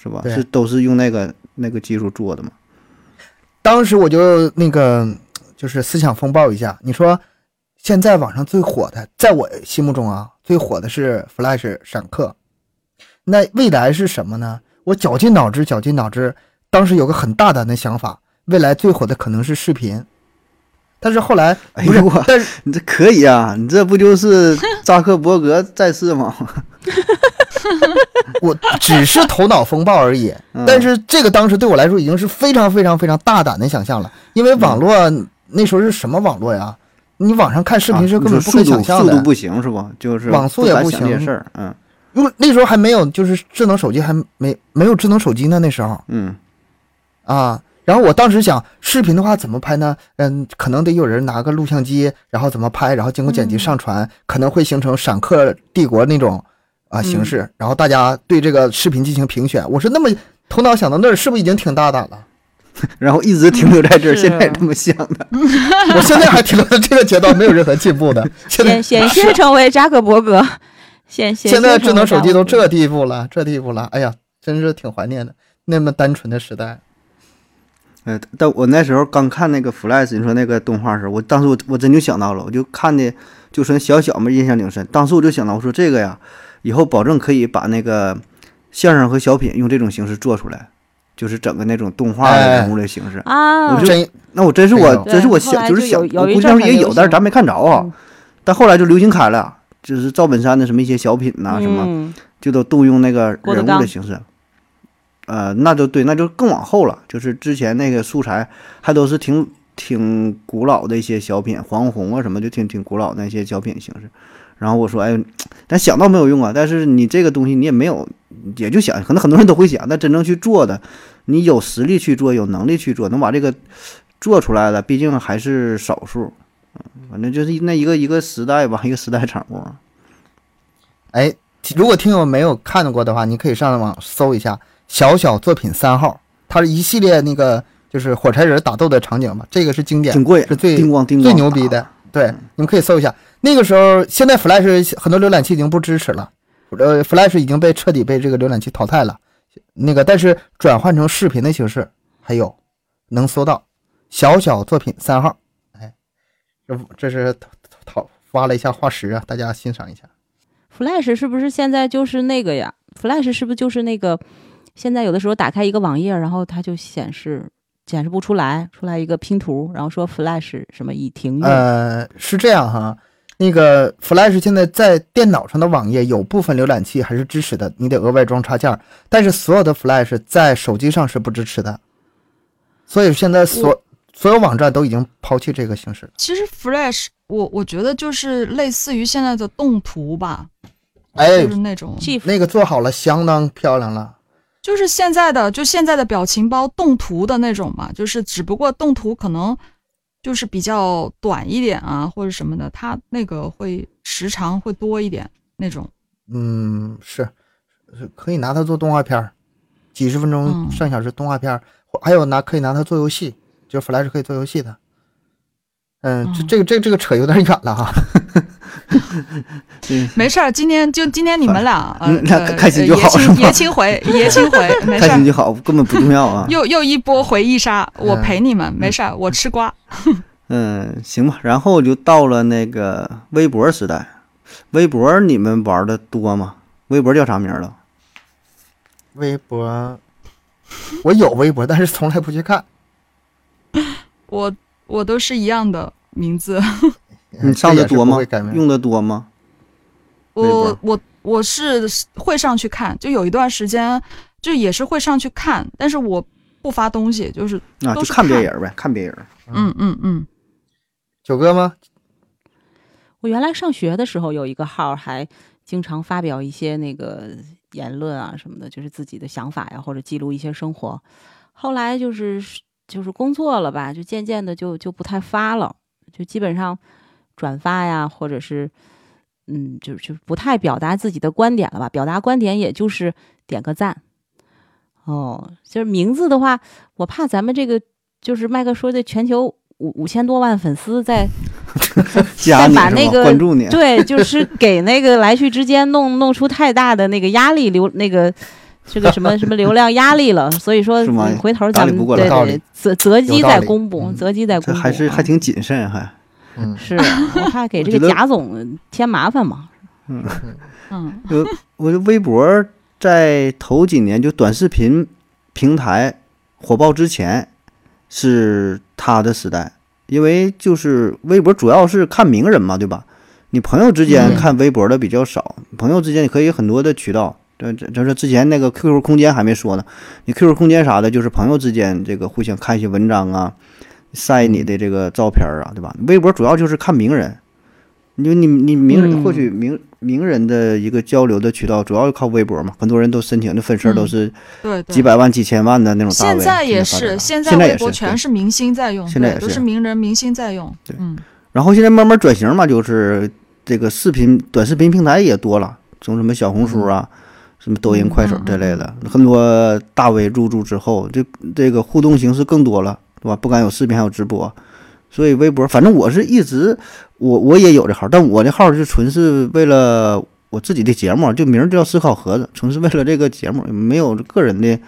D: 是吧？
E: 对
D: 是都是用那个那个技术做的嘛？
E: 当时我就那个就是思想风暴一下，你说现在网上最火的，在我心目中啊，最火的是 Flash 闪客，那未来是什么呢？我绞尽脑汁，绞尽脑汁，当时有个很大胆的想法，未来最火的可能是视频，但是后来
D: 哎
E: 不是，
D: 呦我
E: 但是
D: 你这可以啊，你这不就是扎克伯格在世 吗？
E: 我只是头脑风暴而已。
D: 嗯
E: 但是这个当时对我来说已经是非常非常非常大胆的想象了，因为网络、那时候是什么网络呀？你网上看视频
D: 嗯
E: 是
D: 啊
E: 根本
D: 你
E: 不
D: 说
E: 可
D: 速
E: 以想
D: 度
E: 象
D: 速
E: 的，
D: 度不行是吧？就是
E: 网速也
D: 敢
E: 不
D: 想这
E: 行
D: 事儿，嗯
E: 因为那时候还没有，就是智能手机还没没有智能手机呢，那时候
D: 嗯，
E: 啊。然后我当时想，视频的话怎么拍呢？嗯，可能得有人拿个录像机，然后怎么拍，然后经过剪辑上传，可能会形成闪客帝国那种啊、形式。然后大家对这个视频进行评选。我说那么头脑想到那儿，是不是已经挺大胆了？
D: 然后一直停留在这儿，
G: 是
D: 现在也这么想 的。
E: 我现在还停留在这个阶段，没有任何进步的。现在
G: 险险些成为扎克伯格，险险些
E: 现在
G: 成为
E: 智能手
G: 扎
E: 机
G: 克
E: 都
G: 伯格
E: 这地步了，这地步了。哎呀，真是挺怀念的那么单纯的时代。
D: 呃，但我那时候刚看那个《Flash》，你说那个动画时候，我当时我我真就想到了，我就看的就说小小嘛，印象挺深。当时我就想到，我说这个呀，以后保证可以把那个相声和小品用这种形式做出来，就是整个那种动画的
E: 哎
D: 人物的形式。
G: 啊，
D: 我就
E: 真
D: 那我真是
E: 哎
D: 我
E: 呦
D: 真是我
G: 对后
D: 想
G: 来
D: 就是
G: 就
D: 想，
G: 有有
D: 我
G: 一
D: 估计
G: 阵
D: 当
G: 儿
D: 时
G: 很
D: 也
G: 流
D: 有，但是
G: 行
D: 咱没看着啊。
G: 嗯
D: 但后来就流行开了，就是赵本山的什么一些小品呐、什么。
G: 嗯
D: 就都动用那个
G: 郭德
D: 人物
G: 纲
D: 的形式。呃，那就对，那就更往后了。就是之前那个素材还都是挺挺古老的一些小品，黄宏啊什么，就挺挺古老的一些小品形式。然后我说，哎，咱想到没有用啊，但是你这个东西你也没有，也就想，可能很多人都会想，但真正去做的，你有实力去做，有能力去做，能把这个做出来的，毕竟还是少数。嗯反正就是那一个一个时代吧，一个时代产物。
E: 哎，如果听友没有看过的话，你可以上网搜一下“小小作品三号”，它是一系列那个就是火柴人打斗的场景嘛，这个是经典，
D: 挺过瘾
E: 是最
D: 叮咣叮咣
E: 最牛逼
D: 打
E: 的。嗯对，你们可以搜一下。那个时候，现在 Flash 很多浏览器已经不支持了，呃，Flash 已经被彻底被这个浏览器淘汰了。那个，但是转换成视频的形式还有，能搜到小小作品三号。哎，这这是淘淘挖了一下化石啊，大家欣赏一下。
G: Flash 是不是现在就是那个呀？Flash 是不是就是那个？现在有的时候打开一个网页，然后它就显示显示不出来，出来一个拼图，然后说 Flash 什么已停用。
E: 呃，是这样哈，那个 Flash 现在在电脑上的网页有部分浏览器还是支持的，你得额外装插件儿，但是所有的 Flash 在手机上是不支持的，所以现在所所有网站都已经抛弃这个形式了。
F: 其实 Flash，我我觉得就是类似于现在的动图吧，
E: 哎
F: 就，是那种，
G: G
E: 那个做好了相当漂亮了，
F: 就是现在的就现在的表情包动图的那种嘛，就是只不过动图可能就是比较短一点啊，或者什么的，它那个会时长会多一点那种。
E: 嗯，是，是可以拿它做动画片儿，几十分钟、
F: 嗯
E: 上小时动画片儿，或还有拿可以拿它做游戏，就 Flash 可以做游戏的。嗯，这
F: 嗯
E: 这个这个这个扯有点远了哈。
F: 没事儿，今天就今天你们俩，呃
D: 嗯，那
F: 呃
D: 开心就好
F: 爷
D: 是吗
F: 青爷青回，爷青回，没事
D: 开心
F: 儿，
D: 就好，根本不重要啊。
F: 又又一波回忆杀，我
E: 嗯
F: 陪你们，没事儿，我吃瓜。
D: 嗯，行吧。然后就到了那个微博时代，微博你们玩的多吗？微博叫啥名儿了？
E: 微博，我有微博，但是从来不去 看。
F: 我我都是一样的名字。
D: 你上
E: 这
D: 的
E: 也是
D: 多
E: 不
D: 吗
E: 会改？名
D: 用的多吗？微博
F: 我我我是会上去看，就有一段时间就也是会上去看，但是我不发东西，就是
D: 啊，
F: 都
D: 就是看别
F: 看
D: 人儿呗，看别人儿。
F: 嗯嗯嗯，
E: 九哥吗？
G: 我原来上学的时候有一个号，还经常发表一些那个言论啊什么的，就是自己的想法呀，或者记录一些生活。后来就是就是工作了吧，就渐渐的就就不太发了，就基本上转发呀，或者是嗯，就就不太表达自己的观点了吧。表达观点也就是点个赞。哦，就是名字的话，我怕咱们这个就是麦克说的全球五五千多万粉丝在。
D: 加你
G: 把
D: 是
G: 那
D: 吧？
G: 个
D: 关注你，
G: 对，就是给那个来去之间弄弄出太大的那个压力流那个。这个什么什么流量压力了，所以说
D: 是吗
G: 嗯回头
D: 打
G: 咱
D: 理
G: 们
D: 不过来
G: 对
E: 道
G: 对
E: 理
G: 对择择机
E: 有道
G: 再
E: 理
G: 公布，
E: 嗯
G: 择机再
D: 这
G: 公布啊。
D: 还是还挺谨慎，还
E: 嗯，
G: 是我 怕给这
D: 我觉
G: 个
D: 得
G: 贾总添麻烦嘛。
F: 嗯，
D: 呃，我就微博在头几年就短视频平台火爆之前是它的时代，因为就是微博主要是看名人嘛，对吧？你朋友之间
E: 嗯
D: 看微博的比较少，朋友之间你可以有很多的渠道。这这这是之前那个 QQ 空间还没说呢，你 QQ 空间啥的，就是朋友之间这个互相看一些文章啊，晒你的这个照片啊，对吧？微博主要就是看名人，你就你你名人
G: 嗯
D: 获取名名人的一个交流的渠道，主要靠微博嘛。很多人都申请的粉丝
F: 嗯
D: 都是
F: 对对。
D: 几百万、几千万的那种大 V 现
F: 现在
D: 在
F: 也
D: 发展
F: 是，
D: 的啊
F: 现
D: 在
F: 微
D: 也
F: 博
D: 是
F: 全
D: 对
F: 是明星在用，
D: 现在
F: 对，
D: 也
F: 都
D: 是
F: 是名人明星在用。
D: 对
F: 嗯，
D: 然后现在慢慢转型嘛，就是这个视频、短视频平台也多了，从什么小红书
G: 嗯
D: 啊、什么抖音、快手这类的，很多大 V 入驻之后，这这个互动形式更多了，对吧？不管有视频，还有直播，所以微博，反正我是一直我我也有这号，但我这号是纯是为了我自己的节目，就名儿叫思考盒子，纯是为了这个节目，没有个人的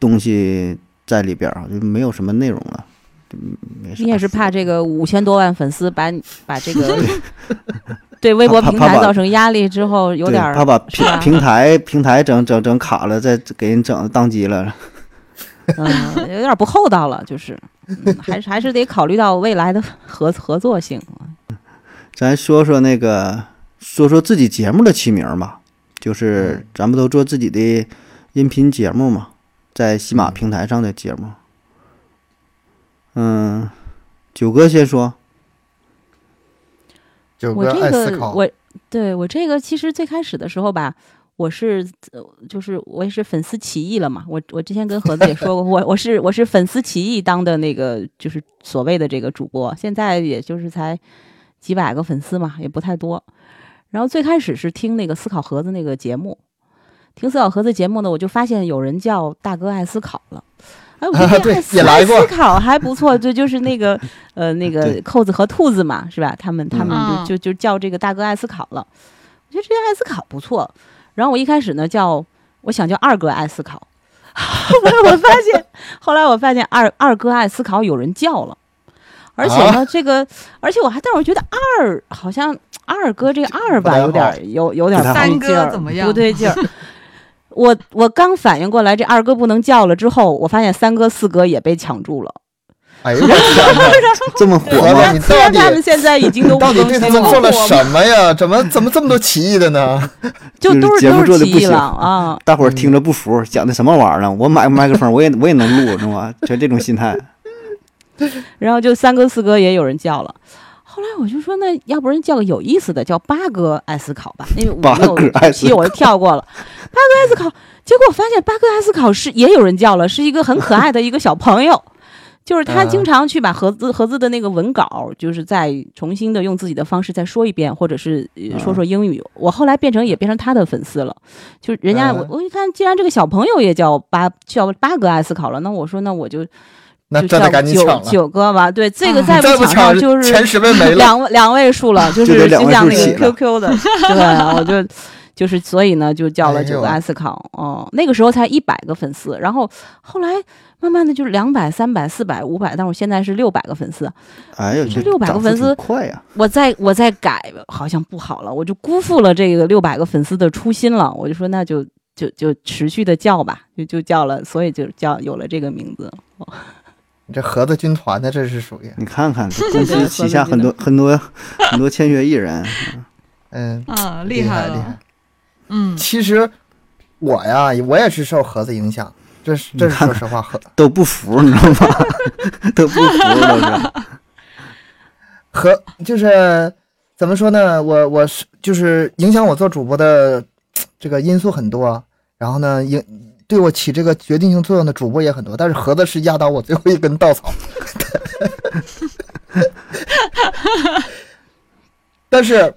D: 东西在里边儿啊，就没有什么内容了。嗯没啥
G: 你也是怕这个五千多万粉丝把你把这个对微博
D: 怕
G: 平
D: 怕
G: 台
D: 把
G: 造成压力之后，有
D: 对
G: 点儿
D: 他把
G: 是
D: 平
G: 吧
D: 平台平台整整整卡了，再给人整宕机了。
G: 嗯，有点儿不厚道了，就是嗯还是还是得考虑到未来的合合作性。
D: 咱说说那个，说说自己节目的起名吧，
G: 嗯
D: 就是咱们都做自己的音频节目嘛，在喜
G: 嗯
D: 马平台上的节目。嗯，九哥先说，
E: 九
G: 我
E: 哥爱
G: 这
E: 思
G: 个
E: 考。
G: 我对我这个其实最开始的时候吧，我是呃就是我也是粉丝起义了嘛。我我之前跟盒子也说过，我我是我是粉丝起义当的那个就是所谓的这个主播，现在也就是才几百个粉丝嘛，也不太多。然后最开始是听那个思考盒子那个节目，听思考盒子节目呢，我就发现有人叫大哥爱思考了。哎，我觉得
E: 啊对
G: 爱思
E: 也来过
G: 思考还不错，就就是那个呃那个
D: 对
G: 扣子和兔子嘛，是吧？他们他们
F: 嗯
G: 就就就叫这个大哥爱思考了。我觉得这个爱思考不错。然后我一开始呢叫我想叫二哥爱思考， 后来我发现后来我发现二二哥爱思考有人叫了。而且呢，这个，而且我还，但是我觉得二好像二哥这个二
E: 不
G: 吧，
E: 太
G: 有
E: 好
G: 点有有点
D: 不太
F: 好
G: 不对劲
F: 三
G: 儿，
F: 哥怎么样
G: 不对劲儿。我我刚反应过来，这二哥不能叫了之后，我发现三哥、四哥也被抢注了。
E: 哎 呦我天哪！
D: 这么火
E: 我
D: 吗
E: 来？你
G: 虽
E: 到
G: 然
E: 底
G: 他们现在已经都
E: 到
G: 不
E: 底
G: 能
E: 对他
G: 说
E: 们做了
G: 我
E: 什么呀？怎么怎么这么多歧义的呢？
G: 就都
D: 就是节
G: 是
D: 目
G: 都
D: 做
G: 是
D: 得
G: 起
D: 不
G: 义
D: 行
G: 了啊！
D: 大伙儿听着不服，讲的什么玩意儿呢？我买个麦克风，我也我也能录，是吧？就这种心 态。
G: 然后就三哥、四哥也有人叫了。后来我就说，那要不然叫个有意思的，叫八哥爱思考吧，因为
D: 八
G: 我
D: 哥
G: 没
D: 爱
G: 有
D: 思
G: 期
D: 考
G: 我就跳过了。八哥爱思考，结果我发现八哥爱思考是也有人叫了，是一个很可爱的一个小朋友， 就是他经常去把盒
E: 嗯
G: 子盒子的那个文稿，就是再重新的用自己的方式再说一遍，或者是呃
E: 嗯
G: 说说英语。我后来变成也变成他的粉丝了，就是人家我
E: 嗯
G: 我一看，既然这个小朋友也叫八叫八哥爱思考了，那我说那我就。
E: 那
G: 就
E: 真的
G: 叫
E: 赶紧
G: 九
E: 抢了，
G: 九哥吧，对，这个
F: 啊
G: 再
E: 再
G: 抢
E: 抢
G: 上就是
E: 前十位没了。
G: 两位两位 数了，就
D: 就是得
G: 就
D: 两位
G: 像
D: 数
G: 那
D: 起
G: 个
D: 了
G: QQ 的，对，我就就是所以呢，就叫
E: 哎
G: 了
E: 呦
G: 九个 S 考，哦，那个时候才一百个粉丝，然后后来慢慢的就是两百、三百、四百、五百，但我现在是六百个粉丝，
D: 哎呦，这
G: 600
D: 涨
G: 个
D: 幅
G: 粉丝
D: 挺快呀！
G: 我再我再改好像不好了，我就辜负了这个六百个粉丝的初心了，我就说那就就就持续的叫吧，就就叫了，所以就叫有了这个名字，
E: 你这盒子军团的这是属于，
D: 你看看，这公司旗下很多很多很多签约艺人，
E: 嗯，
F: 嗯，
E: 厉
F: 害
E: 厉
F: 了
E: 害，。
F: 嗯，
E: 其实我呀，我也是受盒子影响，这是这是说实话，盒
D: 都不服，你知道吗？都不服，都是。
E: 和就是怎么说呢？我我是就是影响我做主播的这个因素很多，然后呢，影对我起这个决定性作用的主播也很多，但是盒子是压倒我最后一根稻草。 但是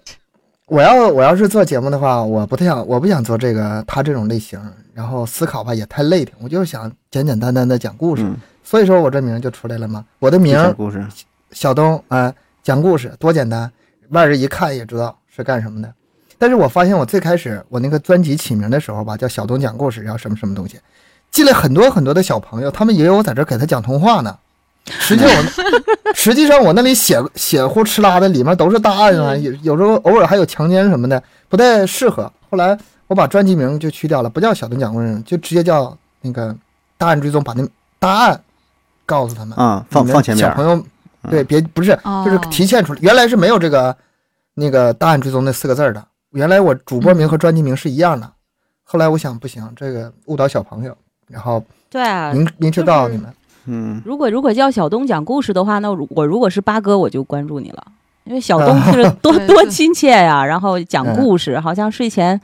E: 我要我要是做节目的话，我不太想我不想做这个他这种类型，然后思考吧也太累挺，我就是想简简单单的讲故事，
D: 嗯
E: 所以说我这名儿就出来了嘛。我的
D: 这
E: 名儿
D: 小故事，
E: 小东啊、呃讲故事多简单，外人一看也知道是干什么的。但是我发现我最开始我那个专辑起名的时候吧，叫小东讲故事，然后什么什么东西，进来很多很多的小朋友，他们以为我在这儿给他讲童话呢。实际我，实际上我那里 血血乎哧啦的，里面都是大案啊，有有时候偶尔还有强奸什么的，不太适合。后来我把专辑名就去掉了，不叫小东讲故事，就直接叫那个大案追踪，把那答案告诉他们
D: 啊放
E: 你们
D: 放前面
E: 小朋友
D: 嗯
E: 对，别不是，就是
F: 哦
E: 提现出来，原来是没有这个那个“答案追踪”那四个字儿的。原来我主播
G: 嗯
E: 名和专辑名是一样的，后来我想不行，这个误导小朋友，然后
G: 对啊，
E: 明明确
G: 就
E: 告诉
G: 是
E: 你们，
D: 嗯，
G: 如果如果叫小东讲故事的话，那如我如果是八哥，我就关注你了，因为小东 就是多
F: 对
G: 多
F: 对
G: 亲切呀、然后讲
E: 嗯
G: 故事，好像睡前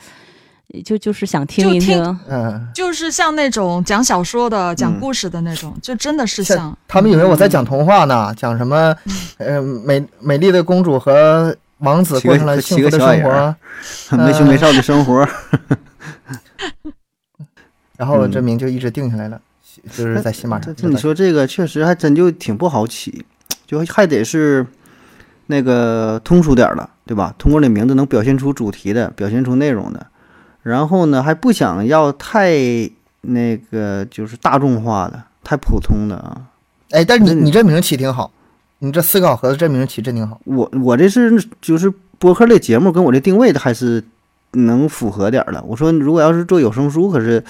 G: 就就是想听
F: 就
G: 一
F: 听
G: 听。
E: 嗯，
F: 就是像那种讲小说的、讲
D: 嗯
F: 故事的那种，就真的是
E: 像
F: 像
E: 他们以为我在
G: 嗯
E: 讲童话呢，讲什么，呃，美美丽的公主和王子
D: 骑
E: 过
D: 个
E: 上了
D: 骑
E: 幸福
D: 个
E: 的
D: 小矮
E: 生
D: 人儿
E: 活，
D: 没
E: 呃
D: 羞没臊的生活，
E: 然后
D: 嗯
E: 这名就一直定下来了， 就是在喜马上
D: 这
E: 就在。
D: 这你说这个确实还真就挺不好起，就还得是那个通俗点儿的，对吧？通过你名字能表现出主题的，表现出内容的，然后呢还不想要太那个就是大众化的、太普通的啊。
E: 哎，但是你
D: 嗯
E: 你这名起挺好，你这思考盒子这名起真挺好。
D: 我我这是就是播客类节目跟我这定位的还是能符合点儿的。我说如果要是做有声书，可是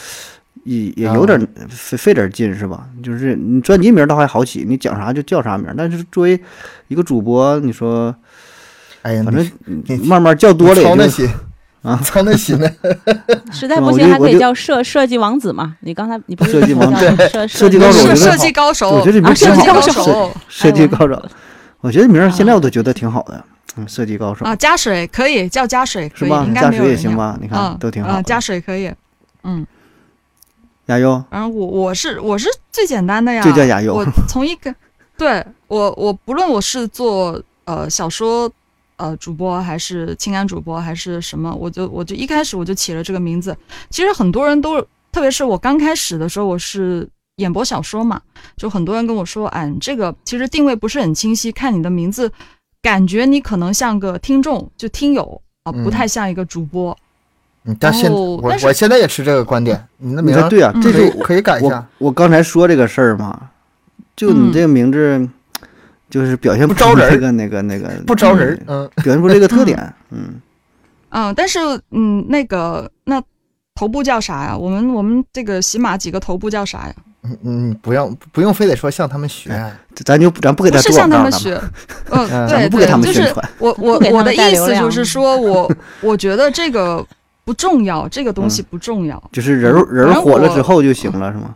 D: 也也有
F: 啊
D: 点儿费费点儿劲是吧？就是你专辑名倒还好起，你讲啥就叫啥名儿。但是作为一个主播，你说
E: 哎呀，
F: 嗯
D: 反
E: 你
D: 正嗯
E: 你
D: 慢慢叫多了
E: 操那
D: 也就
E: 心
D: 啊
E: 操那心呢。
G: 实在
D: 嗯
G: 不
D: 我
G: 行，
D: 就
G: 还可
D: 我
G: 以
D: 就
G: 叫设设计王子嘛？你刚才你不是
D: 设计王
E: 子对
G: 设
D: 设计高手我觉
F: 设
D: 得
F: 设计高手，
D: 我觉得这名
G: 啊
D: 儿挺
G: 设计
D: 好
G: 高
D: 的，
G: 手
F: 哎
D: 设设计高手。我觉得名儿现在我都觉得挺好的，嗯设计高手
F: 啊，加水可以叫加水，可
D: 是
F: 以，
D: 吧？
F: 应该
D: 加
F: 没有
D: 水也
F: 人
D: 行
F: 要？
D: 吧？你看
F: 啊，
D: 都挺
F: 啊，
D: 好的。
F: 加水可以，嗯，
D: 亚优，
F: 反正我我是我是最简单的呀，
D: 就叫亚优
F: 我从一个，对我我不论我是做呃小说呃主播还是情感主播还是什么，我就我就一开始我就起了这个名字。其实很多人都，特别是我刚开始的时候，我是演播小说嘛，就很多人跟我说，哎，你这个其实定位不是很清晰，看你的名字，感觉你可能像个听众，就听友啊，
E: 嗯
F: 不太像一个主播。
E: 嗯，但现
F: 哦
E: 我
F: 但是
E: 我现在也持这个观点，你的
D: 你
E: 名
D: 说
E: 儿
D: 对啊，
F: 嗯
D: 这
E: 可以
D: 是我
E: 可以改一
D: 我
E: 下，
D: 我刚才说这个事儿嘛，就你这个名字，就是表现
E: 不招人
D: 这个那个那个
E: 不招人儿。嗯，
D: 表现不出这个特点。嗯，
F: 嗯，但是嗯，那个那头部叫啥呀？我们我们这个喜马几个头部叫啥呀？
E: 嗯嗯，不用不用非得说向他们学，
D: 这咱就咱不给
F: 不
D: 他
F: 是
D: 做
F: 向
D: 广告
F: 他
D: 了
F: 们
D: 嘛，
F: 学，嗯，
E: 嗯
D: 咱
F: 对
D: 们不给他
F: 对，
D: 们
F: 就
D: 宣
F: 是
D: 传。
F: 我我
G: 不给
F: 我
G: 他们
F: 的
G: 带
F: 意
G: 流
F: 思
G: 量
F: 就是说我我觉得这个不重要，这个东
D: 嗯
F: 西不重要。
D: 就是人儿人儿
F: 反正
D: 火了
F: 我
D: 之后就行了，是吗？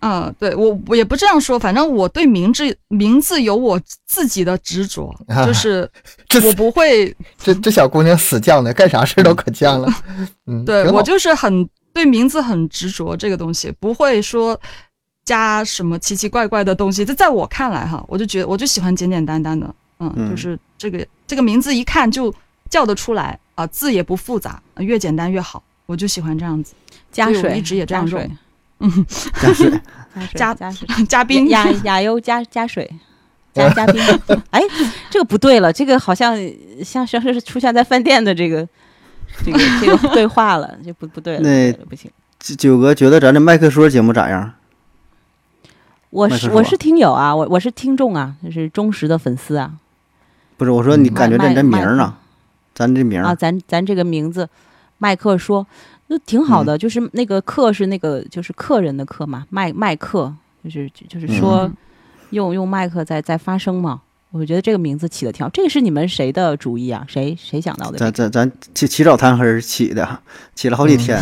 F: 嗯，对我我也不这样说，反正我对名字名字有我自己的 执着，就是
E: 这
F: 我不会
E: 这这小姑娘死犟的，干啥事儿都可犟了。嗯，
F: 对
E: 挺好
F: 我就是很对名字很执着，这个东西不会说加什么奇奇怪怪的东西。这在我看来哈，我就觉得我就喜欢简简单单的，嗯，
D: 嗯
F: 就是这个这个名字一看就叫得出来啊、字也不复杂，越简单越好。我就喜欢这样子，
G: 加
F: 对我
G: 水
F: 一直也这样
G: 加
F: 用
G: 水
D: 加水，
G: 加
F: 加
G: 加水
F: 嘉宾
G: 亚亚优加加水。加加冰，哎，这个不对了，这个好像像像是出现在饭店的这个这个这个对话了，这不不对了，不
D: 那
G: 对了不行。
D: 九九哥觉得咱这麦克说节目咋样？
G: 我
D: 麦
G: 是
D: 克
G: 我
D: 说
G: 是听友啊，我我是听众啊，就是忠实的粉丝啊
D: 不是，我说你
G: 嗯
D: 感觉咱
G: 麦
D: 这名儿
G: 麦
D: 呢？咱这名
G: 啊，
D: 儿，
G: 咱咱这个名字，麦克说，那挺好的，就是那个客是那个就是客人的客嘛，麦麦克就是就就是说、
F: 嗯
G: 用用麦克在在发声嘛，我觉得这个名字起的挺好。这个是你们谁的主意啊？谁谁想到的？
D: 咱咱咱起起早贪黑起的，起了好几天。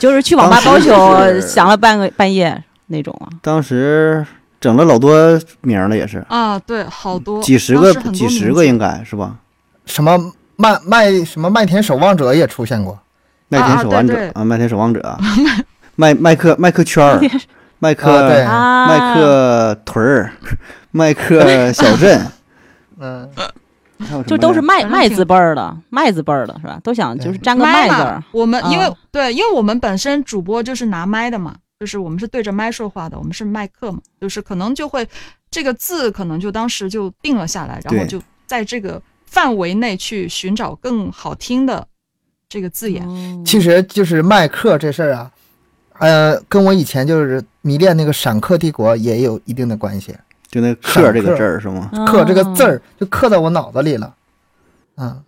G: 就是去网吧包
D: 当时
G: 宿，
D: 是
G: 想了半个半夜那种啊。
D: 当时整了老多名儿了，也是
F: 啊，对，好多
D: 嗯几十
F: 当
D: 个
F: 时，很多
D: 几十
F: 名
D: 个
F: 字
D: 应该是吧？
E: 什么麦麦什么麦田守望者也出现过，
D: 麦田守望
F: 啊对
D: 者
F: 对
D: 啊，麦田守望 者，麦麦克麦克圈儿，麦
E: 啊对
D: 克
G: 啊，
D: 麦克屯
F: 啊
D: 儿，麦克小镇，
E: 嗯，
D: 还有什么
G: 就都是
D: 来
G: 麦
F: 反正
G: 麦
F: 挺
G: 字辈儿的，麦字辈儿的是吧？都想就
E: 对
G: 是沾个
F: 麦
G: 麦字
F: 嘛
G: 儿，，
F: 我们因为、
G: 啊
F: 对，因为我们本身主播就是拿麦的嘛，就是我们是对着麦说话的，我们是麦克嘛，就是可能就会这个字可能就当时就定了下来，然后
D: 对
F: 就在这个范围内去寻找更好听的这个字眼。
G: 嗯
E: 其实就是麦克这事儿啊，呃，跟我以前就是迷恋那个《闪客帝国》也有一定的关系。
D: 就那克这个字儿是 吗？
E: 刻这个字儿就刻到我脑子里了，嗯，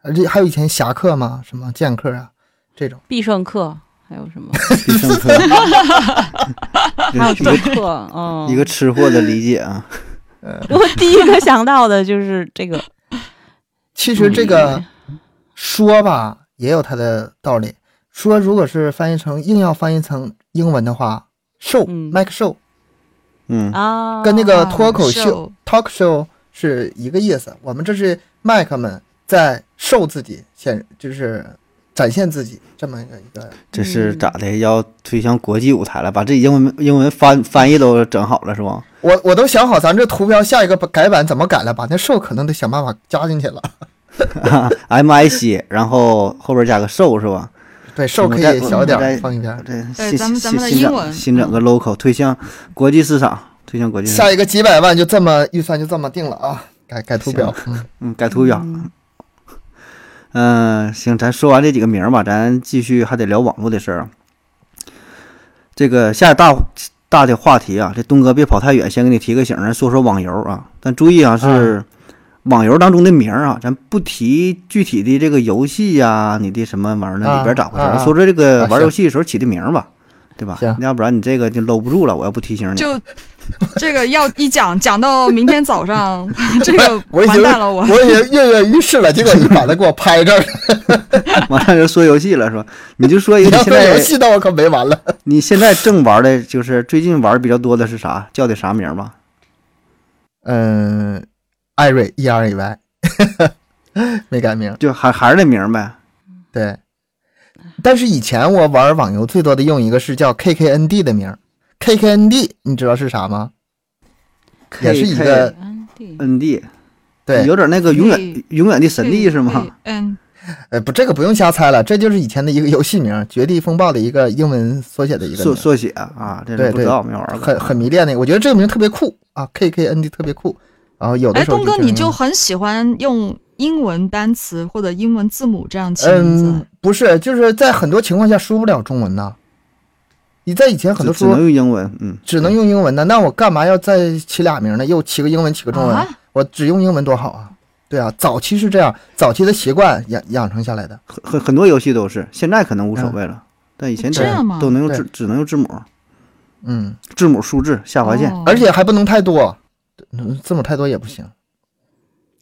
E: 而且还有以前侠客嘛，什么剑客啊这种，
G: 必胜客，还有什么？
D: 必胜 客，
G: 还有什么
D: 一
G: 客？哦，
D: 个一个吃货的理解啊，
G: 我第一个想到的就是这个。
E: 其实这
G: 嗯
E: 个说吧也有它的道理。说如果是翻译成硬要翻译成英文的话，show
G: 嗯
E: make show
D: 嗯，
G: 啊，
E: 跟那个脱口秀
F: 秀
E: talk show 是一个意思。我们这是麦克们在 show 自己，显就是展现自己这么一个一个。
D: 这
F: 嗯
D: 是咋的？要推向国际舞台了，把自己英文英文翻翻译都整好了是吧？
E: 我我都想好咱这图标下一个改版怎么改了，把那 show 可能得想办法加进去了。
D: M I C，然后后边加个瘦是嗯吧？
E: 对，瘦可以小点儿放一边儿。
D: 这
F: 对
D: 新
F: 咱们咱
D: 新
F: 们的
D: 新
F: 英
D: 整
F: 文
D: 新整个 local 推向国际市场，推向国际市场
E: 下。一个几百万就这么预算就这么定了啊，改改图标。嗯
D: 嗯，改图标。嗯、行，咱说完这几个名儿吧，咱继续还得聊网络的事儿啊。这个下一大大的话题啊，这东哥别跑太远，先给你提个醒儿，咱说说网游啊。但注意啊，
E: 嗯
D: 是网游当中的名儿啊，咱不提具体的这个游戏呀、你的什么玩意儿那里边咋回事儿，
E: 啊啊啊
D: 说说这个
E: 啊
D: 玩
E: 行
D: 游戏的时候起的名儿吧，对吧
E: 行？
D: 要不然你这个就搂不住了，我要不提醒你。
F: 就这个要一讲讲到明天 早上，这个
E: 我已
F: 完
E: 经
F: 蛋了我。
E: 我也跃跃欲试了，结果你把它给我拍这儿了，
D: 马上就说游戏了，是吧？你就说一
E: 你
D: 个
E: 要
D: 现
E: 说
D: 在
E: 游戏，那我可没完了。
D: 你现在正玩的就是最近玩比较多的是啥？叫的啥名儿吧？
E: 嗯，艾瑞 E R A Y， 没改名。
D: 就还还是那名儿呗。
E: 对，但是以前我玩网游最多的用一个是叫 KKND 的名儿，KKND 你知道是啥吗？也是一个
G: ND
D: N D，
E: 对，
D: 有点那个永远
F: 对
D: 永远的神力是吗？？
F: 嗯，
E: 呃，不，这个不用瞎猜了，这就是以前的一个游戏名儿，《绝地风暴》的一个英文缩写的一个
D: 缩
E: 名
D: 缩写啊，这
E: 对
D: 是不知
E: 对
D: 道没玩过。
E: 很很迷恋那个。我觉得这个名儿特别酷啊，KKND 特别酷。然后有的
F: 哎，
E: 时候
F: 东哥，
E: 觉得嗯
F: 你就很喜欢用英文单词或者英文字母这样起名
E: 嗯
F: 字，，
E: 不是，就是在很多情况下输不了中文呐。你在以前很多
D: 只只
E: 书
D: 能用英文，嗯，
E: 只能用英文呢，那我干嘛要再起俩名呢？又起个英文，起个中文，
F: 啊
E: 我只用英文多好啊！对啊，早期是这样，早期的习惯养养成下来的。
D: 很很很多游戏都是，现在可能无所谓了，但以前都
F: 这样吗
D: 都能用
E: 嗯对
D: 字，只能用字母，
E: 嗯，
D: 字母数字下划线。
F: 哦
E: 而且还不能太多，嗯字母太多也不行。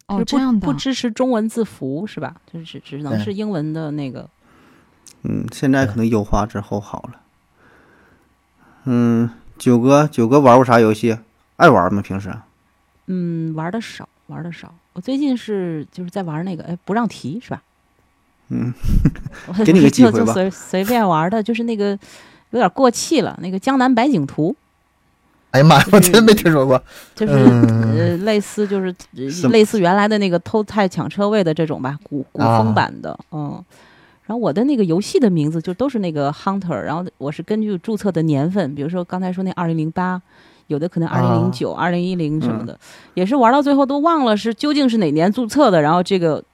F: 哦
G: 就是
F: 这样的
G: 不不支持中文字符是吧？就是只只能
D: 哎
E: 对
G: 是英文的那个。
D: 嗯，现在可能优化之后好了。嗯，九哥，九哥玩过啥游戏？爱玩吗？平时？
G: 嗯，玩的少，玩的少。我最近是就是在玩那个，哎，不让提是吧？
D: 嗯，
G: 我
D: 给你个机会
G: 就就
D: 吧
G: 随随便玩的，就是那个有点过气了，那个《江南百景图
E: 哎呀妈呀，我真没听说过。》，
G: 就是、
E: 嗯
G: 呃类似就是
D: 什么
G: 呃类似原来的那个偷菜抢车位的这种吧，古古风版的，嗯。然后我的那个游戏的名字就都是那个 Hunter，然后我是根据注册的年份，比如说刚才说那二零零八，有的可能二零零九、二零一零什么的，也是玩到最后都忘了是究竟是哪年注册的，然后这个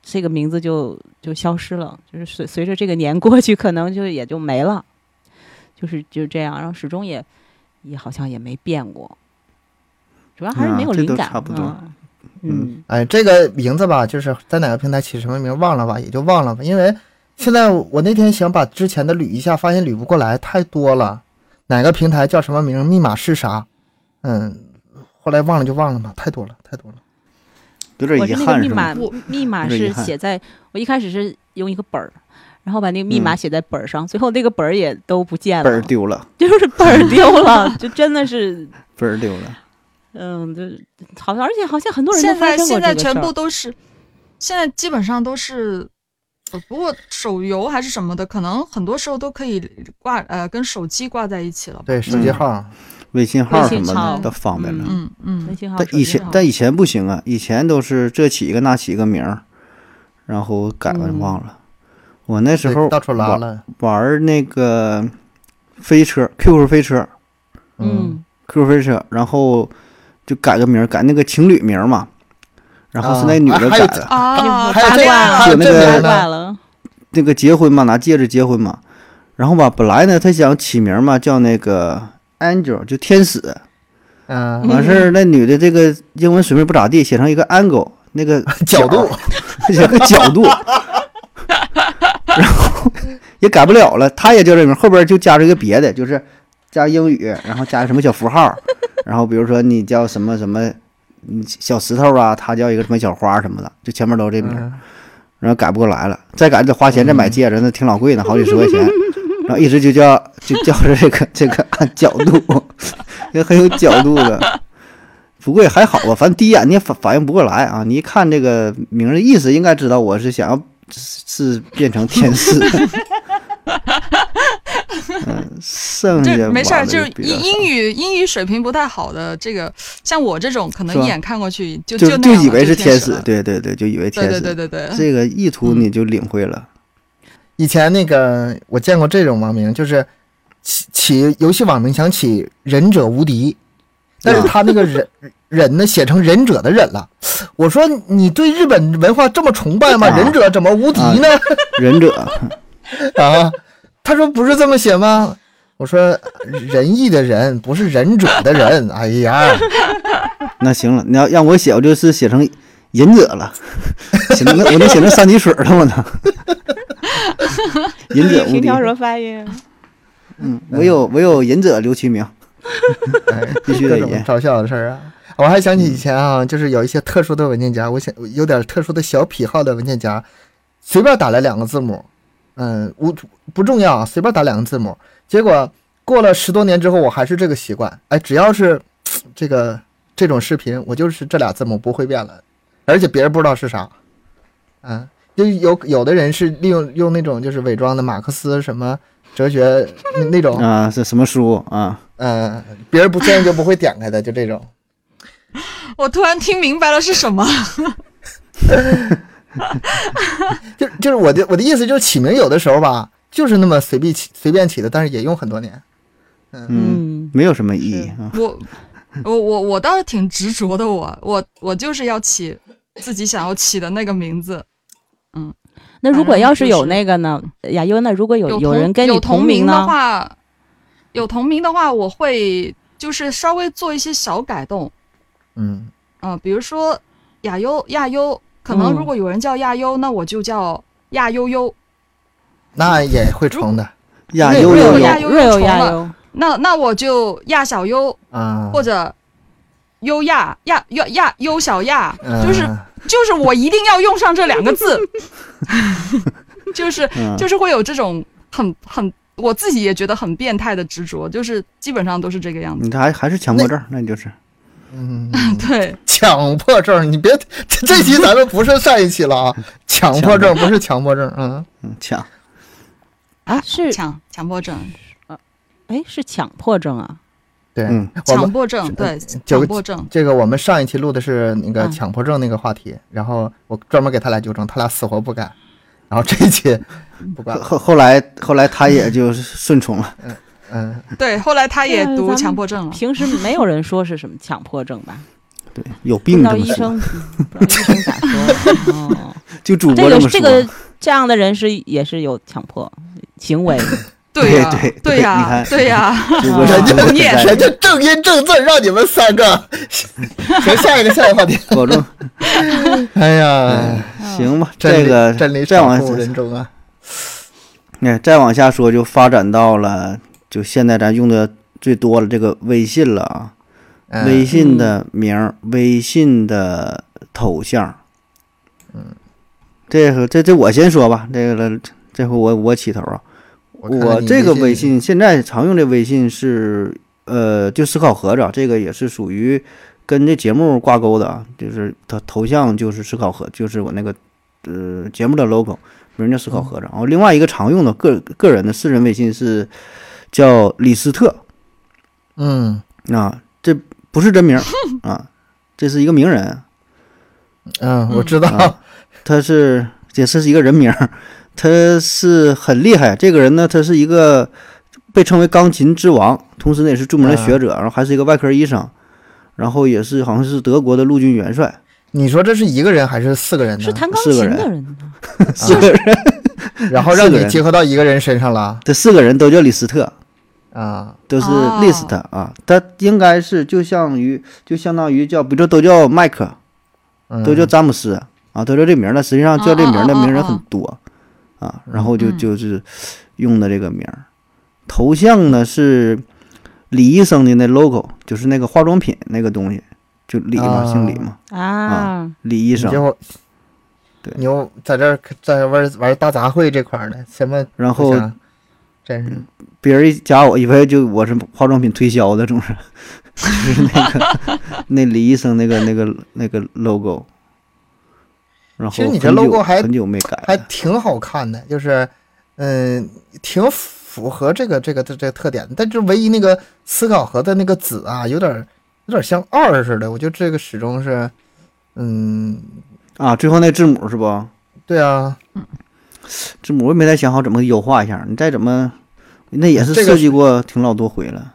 G: 这个名字就就消失了，就是随随着这个年过去，可能就也就没了，就是就这样，然后始终也也好像也没变过，主要还是
D: 啊
G: 没有
D: 这
G: 灵
D: 都
G: 感，
D: 差不多
G: 嗯嗯
E: 哎，这个名字吧，就是在哪个平台起什么名忘了吧，也就忘了吧。因为现在我那天想把之前的捋一下，发现捋不过来，太多了。哪个平台叫什么名，密码是啥？嗯，后来忘了就忘了吧，太多了，太多了。
D: 有点
G: 我
D: 遗
G: 是那个
D: 憾
G: 密
D: 是吗？
G: 码密码
D: 有点遗
G: 是
D: 憾
G: 写在我一开始是用一个本儿，然后把那个密码
D: 嗯
G: 写在本儿上，最后那个本儿也都不见
D: 本儿
G: 了，
D: 丢了，
G: 就是本 儿丢了，就真的是。
D: 本儿丢了。
G: 嗯，就是好像，而且好像很多人都
F: 现
G: 发
F: 在
G: 生过
F: 现
G: 这
F: 在
G: 个事儿
F: 全部都是，现在基本上都是，呃不过手游还是什么的，可能很多时候都可以挂呃跟手机挂在一起了吧。
E: 对，手机号。
D: 微信号
G: 微
D: 什
G: 信
D: 么
G: 号
D: 的都方便了。
F: 嗯
G: 微
F: 嗯，
G: 信号、
D: 但
G: 手
D: 以
G: 机
D: 前
G: 号
D: 但以前不行啊，以前都是这起一个那起一个名儿，然后改了
G: 嗯
D: 忘了。我那时候
E: 对到处拉
D: 玩
E: 了，
D: 玩那个飞车 QQ 飞车
E: 嗯，
G: 嗯，
D: QQ 飞车，然后就改个名儿，改那个情侣名儿嘛，然后是
E: 啊
D: 那女的改
E: 还有
D: 的，
F: 啊，
E: 还有这
F: 打恋
E: 样
F: 爱
E: 啊
F: 了
D: 还有那个
G: 八
E: 这
G: 卦了，
D: 那个结婚嘛，拿戒指结婚嘛，然后吧，本来呢，他想起名嘛，叫那个 Angel，就天使，
E: 嗯，
D: 完事儿那女的这个英文水平不咋地，写成一个 angle，那个
E: 角度，
D: 写个角 度，然后也改不了了，他也叫这名，后边就加了一个别的，就是加英语，然后加什么小符号，然后比如说你叫什么什么，嗯小石头啊，他叫一个什么小花什么的，就前面都是这名儿，
E: 嗯
D: 然后改不过来了，再改就得花钱，再买戒指，那挺老贵呢，好几十块钱，然后一直就叫就叫着这个这个按角度，也很有角度的。不过也还好吧，反正第一眼你也反反应不过来啊，你一看这个名儿的意思，应该知道我是想要是是变成天使。嗯，剩下
F: 这没事儿，
D: 玩的
F: 就是
D: 比较
F: 英
D: 少
F: 英语英语水平不太好的这个，像我这种可能
D: 是吧
F: 一眼看过去就
D: 就
F: 那样
D: 以
F: 了
D: 为
F: 就是
D: 天
F: 使
D: 使
F: 了，
D: 对对对，就以为
F: 对
D: 天
F: 对
D: 使，
F: 对对对，
D: 这个意图你就领会 了。
E: 以前那个我见过这种网名，就是起起游戏网名想起忍者无敌，但是他那个忍 忍呢写成忍者的忍了。我说你对日本文化这么崇拜吗？
D: 啊
E: 忍者怎么无敌呢？
D: 忍者，
E: 啊， 他说不是这么写吗？我说仁义的仁不是忍者的人。哎呀，
D: 那行了，你要让我写，我就是写成忍者了，写成我就写成三滴水了，我操！ 忍者无
G: 平
D: 敌，
G: 条蛇发音，
D: 嗯，唯有唯有忍者刘其名，
E: 哎
D: 必须
E: 各
D: 得
E: 种
D: 忍。
E: 嘲笑的事儿啊。我还想起以前啊，就是有一些特殊的文件夹，我想有点特殊的小癖好的文件夹，随便打了两个字母，嗯，无不重要啊，随便打两个字母。结果过了十多年之后，我还是这个习惯。哎，只要是这个这种视频，我就是这俩字母不会变了，而且别人不知道是啥。啊，就有有的人是利用用那种就是伪装的马克思什么哲学那那种，
D: 啊，是什么书啊？
E: 嗯，别人不建议就不会点开的，就这种。
F: 我突然听明白了是什么，
E: 就就是我的我的意思就是起名有的时候吧，就是那么随便起随便起的，但是也用很多年。
D: 嗯，没有什么意义啊。
F: 我我我我倒是挺执着的我，我我就是要起自己想要起的那个名字，
G: 那如果
F: 反正
G: 要是
F: 就
G: 有
F: 是
G: 那个呢，亚优，那如果有
F: 同
G: 人跟你
F: 有同
G: 名
F: 的
G: 呢？
F: 话，有同名的话，我会就是稍微做一些小改动，
E: 嗯，
F: 嗯、比如说亚优亚优，可能
G: 嗯
F: 如果有人叫亚优，那我就叫亚悠悠，
E: 那也会重的
D: 呀，
G: 瑞
D: 悠悠
F: 有有
G: 瑞
F: 亚
D: 悠，
F: 优
G: 瑞
F: 又
G: 有
F: 重
G: 亚
F: 了啊
G: 优，
F: 那那我就亚小优
E: 啊，
F: 或者优亚亚亚亚优小亚，
E: 嗯
F: 就是就是我一定要用上这两个字， 就是
D: 嗯
F: 就是会有这种很很。我自己也觉得很变态的执着，就是基本上都是这个样子。
D: 你这还还是强迫症，那你就是
E: 嗯，
F: 对，
E: 强迫症，你别这这期咱们不是上一期了啊，强迫症不是强迫症，嗯，
D: 嗯强。
G: 啊，是
F: 强强迫症，
G: 哎是强迫症啊，
E: 对，
D: 嗯
E: 我
F: 强
E: 们
F: 迫症，对，
E: 九
F: 强迫症，
E: 这个我们上一期录的是那个
G: 嗯
E: 强迫症那个话题，然后我专门给他俩纠正，他俩死活不改，然后这一期不管
D: 后
E: 了，
D: 后后来后来他也就顺从了，
E: 嗯，
F: 对。后来他也
G: 哎咱
F: 读
G: 们
F: 强迫症了，
G: 平时没有人说是什么强迫症吧？
D: 对，有
G: 不
D: 病
G: 知
D: 这
G: 道
D: 么
G: 医
D: 说，
G: 生，嗯不知道医生咋说。哦，
D: 就主
G: 这
D: 播这
G: 个
D: 么说。
G: 这个这样的人是也是有强迫行为，
F: 对呀
D: 对对，
F: 对
D: 你
F: 呀
D: 看，
F: 对 呀，
D: 主播
G: 人
D: 是
G: 家
D: 真的存
F: 念
D: 在
E: 人
D: 的
E: 家正音正字让你们三个， 行，下一个下一个话题，
D: 保证
G: 啊
D: 嗯
E: 哎呀，
D: 行吧，
E: 真
D: 这
E: 理
D: 个
E: 真理
D: 再往
E: 常顾人中啊，
D: 那再往下说，就发展到了，就现在咱用的最多了这个微信了啊，
E: 嗯
D: 微信的名儿、微信的头像，嗯，这个这这我先说吧，这个这回我我起头啊，
E: 我看看你
D: 这个
E: 微
D: 微信现在常用的微信是呃，就思考盒子啊，这个也是属于跟这节目挂钩的啊，就是头头像就是思考盒，就是我那个呃节目的 logo，名叫思考
E: 嗯
D: 盒子。然后另外一个常用的个个人的私人微信是叫李斯特
E: 嗯，
D: 啊，这不是真 名儿啊，这是一个名人，
E: 嗯，我知道，
D: 啊他是也是一个人名儿，他是很厉害。这个人呢，他是一个被称为钢琴之王，同时呢也是著名的学者，然后还是一个外科医生，然后也是好像是德国的陆军元帅，
E: 你说这是一个人还是四个人呢？
G: 是弹钢
D: 四个
G: 琴的
D: 人啊
G: 人呢。
D: 四个人，
E: 然后让
D: 四个
E: 你
D: 人
E: 结合到一个人身上了
D: 这四个人都叫李斯特，
E: 啊，
D: 都是
F: 哦
D: list 啊，他应该是就像于就相当于叫，比如说都叫麦克，
E: 嗯
D: 都叫詹姆斯啊，都叫这名儿的。实际上叫这名儿的
F: 哦哦哦
D: 名人很多啊，然后
E: 嗯
D: 就就是用的这个名儿。头像呢是李医生的那 logo，就是那个化妆品那个东西，就李嘛，
E: 啊
D: 姓李嘛，
G: 啊，
D: 李医
E: 你结
D: 生。
E: 果
D: 对
E: 你又在这儿在玩玩大杂烩这块儿呢，什么？
D: 然后
E: 真是
D: 别人一加我，以为就我是化妆品推销的，总 是就是那个那李医生那个那个那个 logo。然后
E: 其实你这
D: 很久
E: logo 还
D: 很久没改了，
E: 还挺好看的，就是嗯，挺符合这个这个这这个特点的。但就唯一那个思考盒的那个子啊，有点儿有点像二似的，我觉得这个始终是嗯，
D: 啊，最后那字母是不？
E: 对啊，
D: 字母我也没太想好怎么优化一下，你再怎么，那也是
E: 这个
D: 设计过挺老多回了，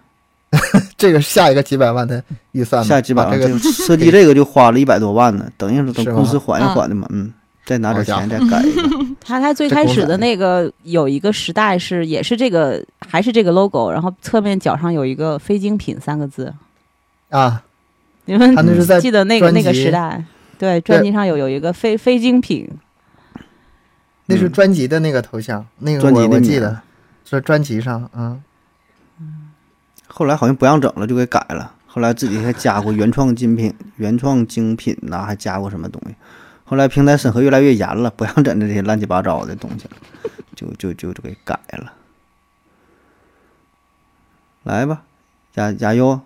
E: 这个下一个几百万的预算吧，
D: 下几百
E: 啊把
D: 万，
E: 这
D: 这
E: 个
D: 个设计这个就花了一百多万呢，等一等
E: 是吧
D: 公司缓一缓的嘛，嗯，再拿点
E: 好
D: 钱再改一个，
G: 他他最
E: 这
G: 开
E: 公
G: 始
E: 仔
G: 的那个有一个时代是也是这个还是这个 logo，然后侧面角上有一个“非精品”三个字，
E: 啊，
G: 你们
E: 他那是在
G: 记得那个
E: 专
G: 那个
E: 辑
G: 时代？对，专
E: 对
G: 辑上有有一个非非精品，
E: 那是专辑的那个头像，那个
D: 嗯专辑
E: 我
D: 的
E: 我
D: 名
E: 记得是专辑上，嗯，
D: 后来好像不让整了，就给改了，后来自己还加过原创精品、 原创精品呐、还加过什么东西，后来平台审核越来越严了， 不让整这些乱七八糟的东西了，就就就就给改了，来吧，加加油。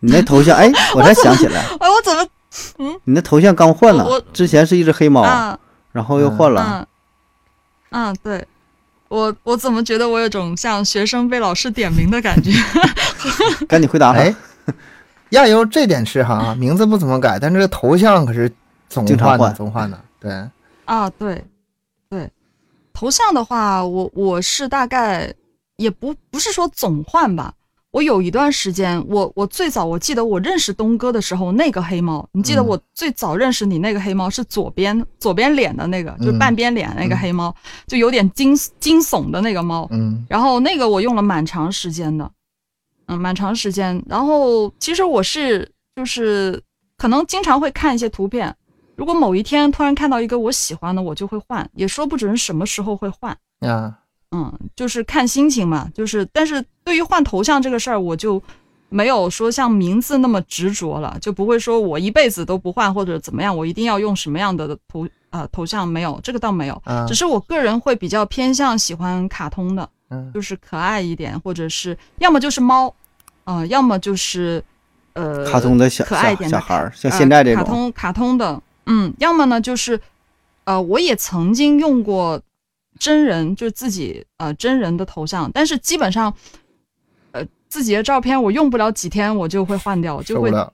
D: 你那 头像，哎，我才想起来，
F: 哎，我怎么
D: 你那头像刚换
F: 我
D: 哦了，之前是一只黑猫，
F: 啊？
D: 然后又换了，
F: 嗯，嗯，对，我我怎么觉得我有种像学生被老师点名的感觉？嗯
D: 赶紧回答吧。
E: 哎，亚优这点是哈，名字不怎么改，但这个头像可是总
D: 经常
E: 换的，
D: 换
E: 总换的。对，
F: 啊，对，对，头像的话，我我是大概也不不是说总换吧。我有一段时间，我我最早我记得我认识东哥的时候，那个黑猫，你记得
E: 嗯
F: 我最早认识你那个黑猫是左边左边脸的那个，就
E: 嗯
F: 半边脸那个黑猫，就有点惊惊悚的那个猫。
E: 嗯
F: 然后那个我用了蛮长时间的，嗯，蛮长时间。然后其实我是就是可能经常会看一些图片，如果某一天突然看到一个我喜欢的，我就会换，也说不准什么时候会换。
E: 呀，
F: 嗯，就是看心情嘛，就是但是对于换头像这个事儿，我就没有说像名字那么执着了，就不会说我一辈子都不换或者怎么样，我一定要用什么样的头啊、头像没有，这个倒没有，
E: 啊
F: 只是我个人会比较偏向喜欢卡通的。
E: 嗯
F: 就是可爱一点，或者是要么就是猫，呃，要么就是呃，
D: 卡通的小
F: 可爱一
D: 小
F: 点
D: 小
F: 的
D: 孩儿，像
F: 呃
D: 现在这
F: 卡
D: 种，
F: 通卡通的，嗯，要么呢就是呃，我也曾经用过真人，就是自己呃真人的头像，但是基本上呃自己的照片我用不了几天，我就会换掉，
E: 受
F: 就
E: 不
F: 会
E: 了了。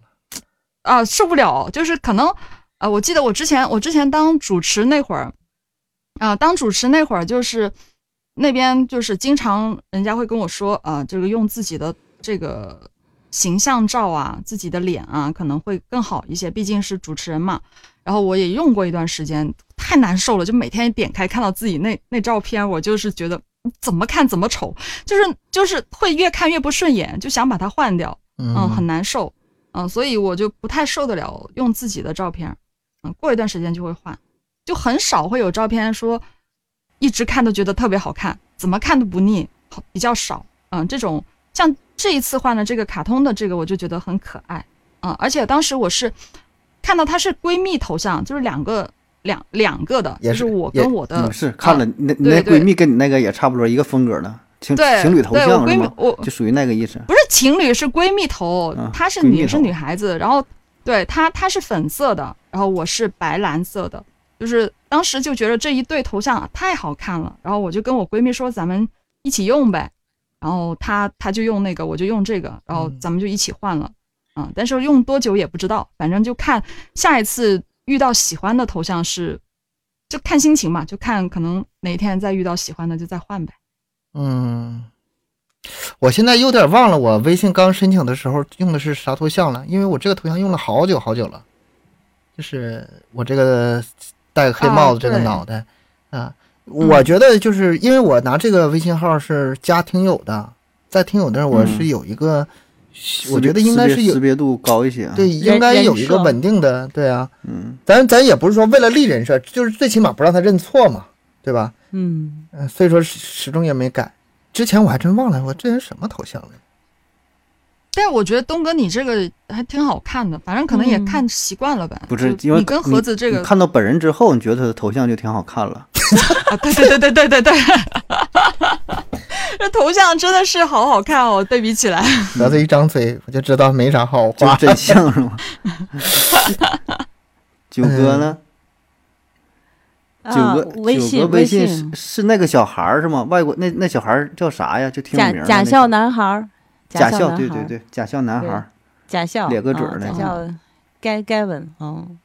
F: 啊、受不了，就是可能啊、呃我记得我之前我之前当主持那会儿，啊、当主持那会儿就是那边就是经常人家会跟我说啊、这个用自己的这个形象照啊，自己的脸啊，可能会更好一些，毕竟是主持人嘛。然后我也用过一段时间，太难受了，就每天点开看到自己那那照片，我就是觉得嗯怎么看怎么丑，就是就是会越看越不顺眼，就想把它换掉。嗯，很难受，嗯，所以我就不太受得了用自己的照片，嗯，过一段时间就会换，就很少会有照片说一直看都觉得特别好看，怎么看都不腻，好比较少，嗯，这种像这一次换了这个卡通的这个，我就觉得很可爱，嗯，而且当时我是看到她是闺蜜头像，就是两个两两个的，
E: 也
F: 就是是我
E: 也
F: 跟我的
D: 嗯，是看了你那你
F: 对
D: 那
F: 对
D: 闺蜜跟你那个也差不多一个风格的情
F: 对
D: 情侣头
F: 对我
D: 像是
F: 闺蜜
D: 吗？
F: 我
D: 就属于那个意思。
F: 不是情侣，是闺蜜头
D: 啊，
F: 她是
D: 闺蜜
F: 女
D: 头
F: 是女孩子，然后对她她是粉色的，然后我是白蓝色的，就是当时就觉得这一对头像啊太好看了，然后我就跟我闺蜜说咱们一起用呗，然后她她就用那个，我就用这个，然后
D: 嗯
F: 咱们就一起换了，啊、但是用多久也不知道，反正就看下一次遇到喜欢的头像是，就看心情嘛，就看可能哪一天再遇到喜欢的就再换呗。
E: 嗯，我现在有点忘了，我微信刚申请的时候用的是啥头像了，因为我这个头像用了好久好久了，就是我这个戴个黑帽子
F: 啊
E: 这个
F: 对嗯
E: 脑袋啊，我觉得就是因为我拿这个微信号是加听友的，在听友那儿我
F: 嗯
E: 是有一个，
D: 识
E: 我觉
D: 别
E: 得应该
D: 识
E: 是
D: 别
E: 有
D: 识别度高一些啊。
E: 对，应该
G: 人
E: 有一个
G: 设
E: 稳定的，对啊，
D: 嗯，
E: 咱咱也不是说为了立人设，就是最起码不让他认错嘛，对吧？
G: 嗯，
E: 嗯，所以说始始终也没改。之前我还真忘了我之前什么头像了。
F: 但是我觉得东哥你这个还挺好看的，反正可能也
G: 嗯
F: 看习惯了呗。
D: 不是，
F: 就
D: 因为
F: 你跟盒子这
D: 你
F: 个
D: 你看到本人之后，你觉得他的头像就挺好看了。
F: 啊，对对对对对对对， 这头像真的是好好看哦，对比起来，
E: 得罪一张嘴，我就知道没 啥好
D: 这
E: 话。
D: 真相是 吗？九哥呢？九
G: 啊
D: 哥，
G: 微
D: 九哥
G: 信
D: 微
G: 信
D: 是是那个小孩儿是吗？外国那那小孩儿叫啥呀？就挺有
G: 假
D: 名儿的
G: 假
D: 那
G: 笑
D: 个
G: 男孩儿，
D: 假
G: 笑
D: 笑，
G: 男
D: 对
G: 孩
D: 对
G: 儿，
D: 对，假笑男孩儿。
G: 假笑
D: 咧个嘴
G: 啊
D: 儿那
G: 假
D: 个
G: 笑 Ga- Gavin，嗯，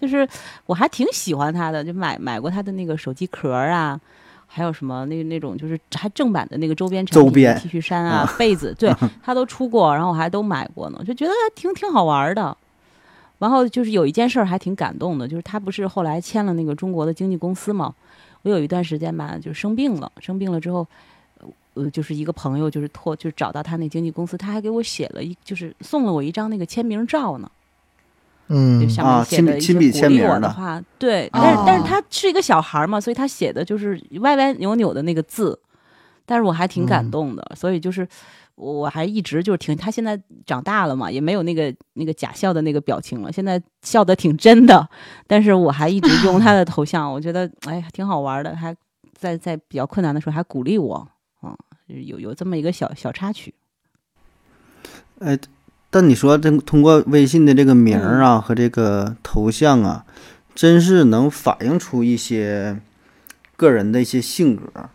G: 就是我还挺喜欢他的，就买买过他的那个手机壳儿啊。还有什么那那种就是还正版的那个周边产
D: 周
G: 品
D: 边
G: T 恤衫啊、被子，对他都出过，然后我还都买过呢，就觉得还挺挺好玩儿的。然后就是有一件事儿还挺感动的，就是他不是后来签了那个中国的经纪公司嘛，我有一段时间吧，就生病了，生病了之后，呃，就是一个朋友就是托就是找到他那经纪公司，他还给我写了一就是送了我一张那个签名照呢，就
E: 嗯
G: 上
D: 啊
G: 面写
D: 亲
G: 的
D: 笔亲笔
G: 一些鼓
D: 签
G: 励
D: 名
G: 我
D: 的
G: 的话，对，但是但是他是一个小孩儿嘛，所以他写的就是歪歪扭扭的那个字，但是我还挺感
E: 嗯
G: 动的，所以就是。我我还一直就是挺，他现在长大了嘛，也没有那个那个假笑的那个表情了，现在笑的挺真的。但是我还一直用他的头像，我觉得哎呀挺好玩的，还在在比较困难的时候还鼓励我，嗯，就是有有这么一个小小插曲。
D: 哎，
F: 嗯
D: 但你说这通过微信的这个名儿啊、和这个头像啊，真是能反映出一些个人的一些性格。
E: 嗯
F: 嗯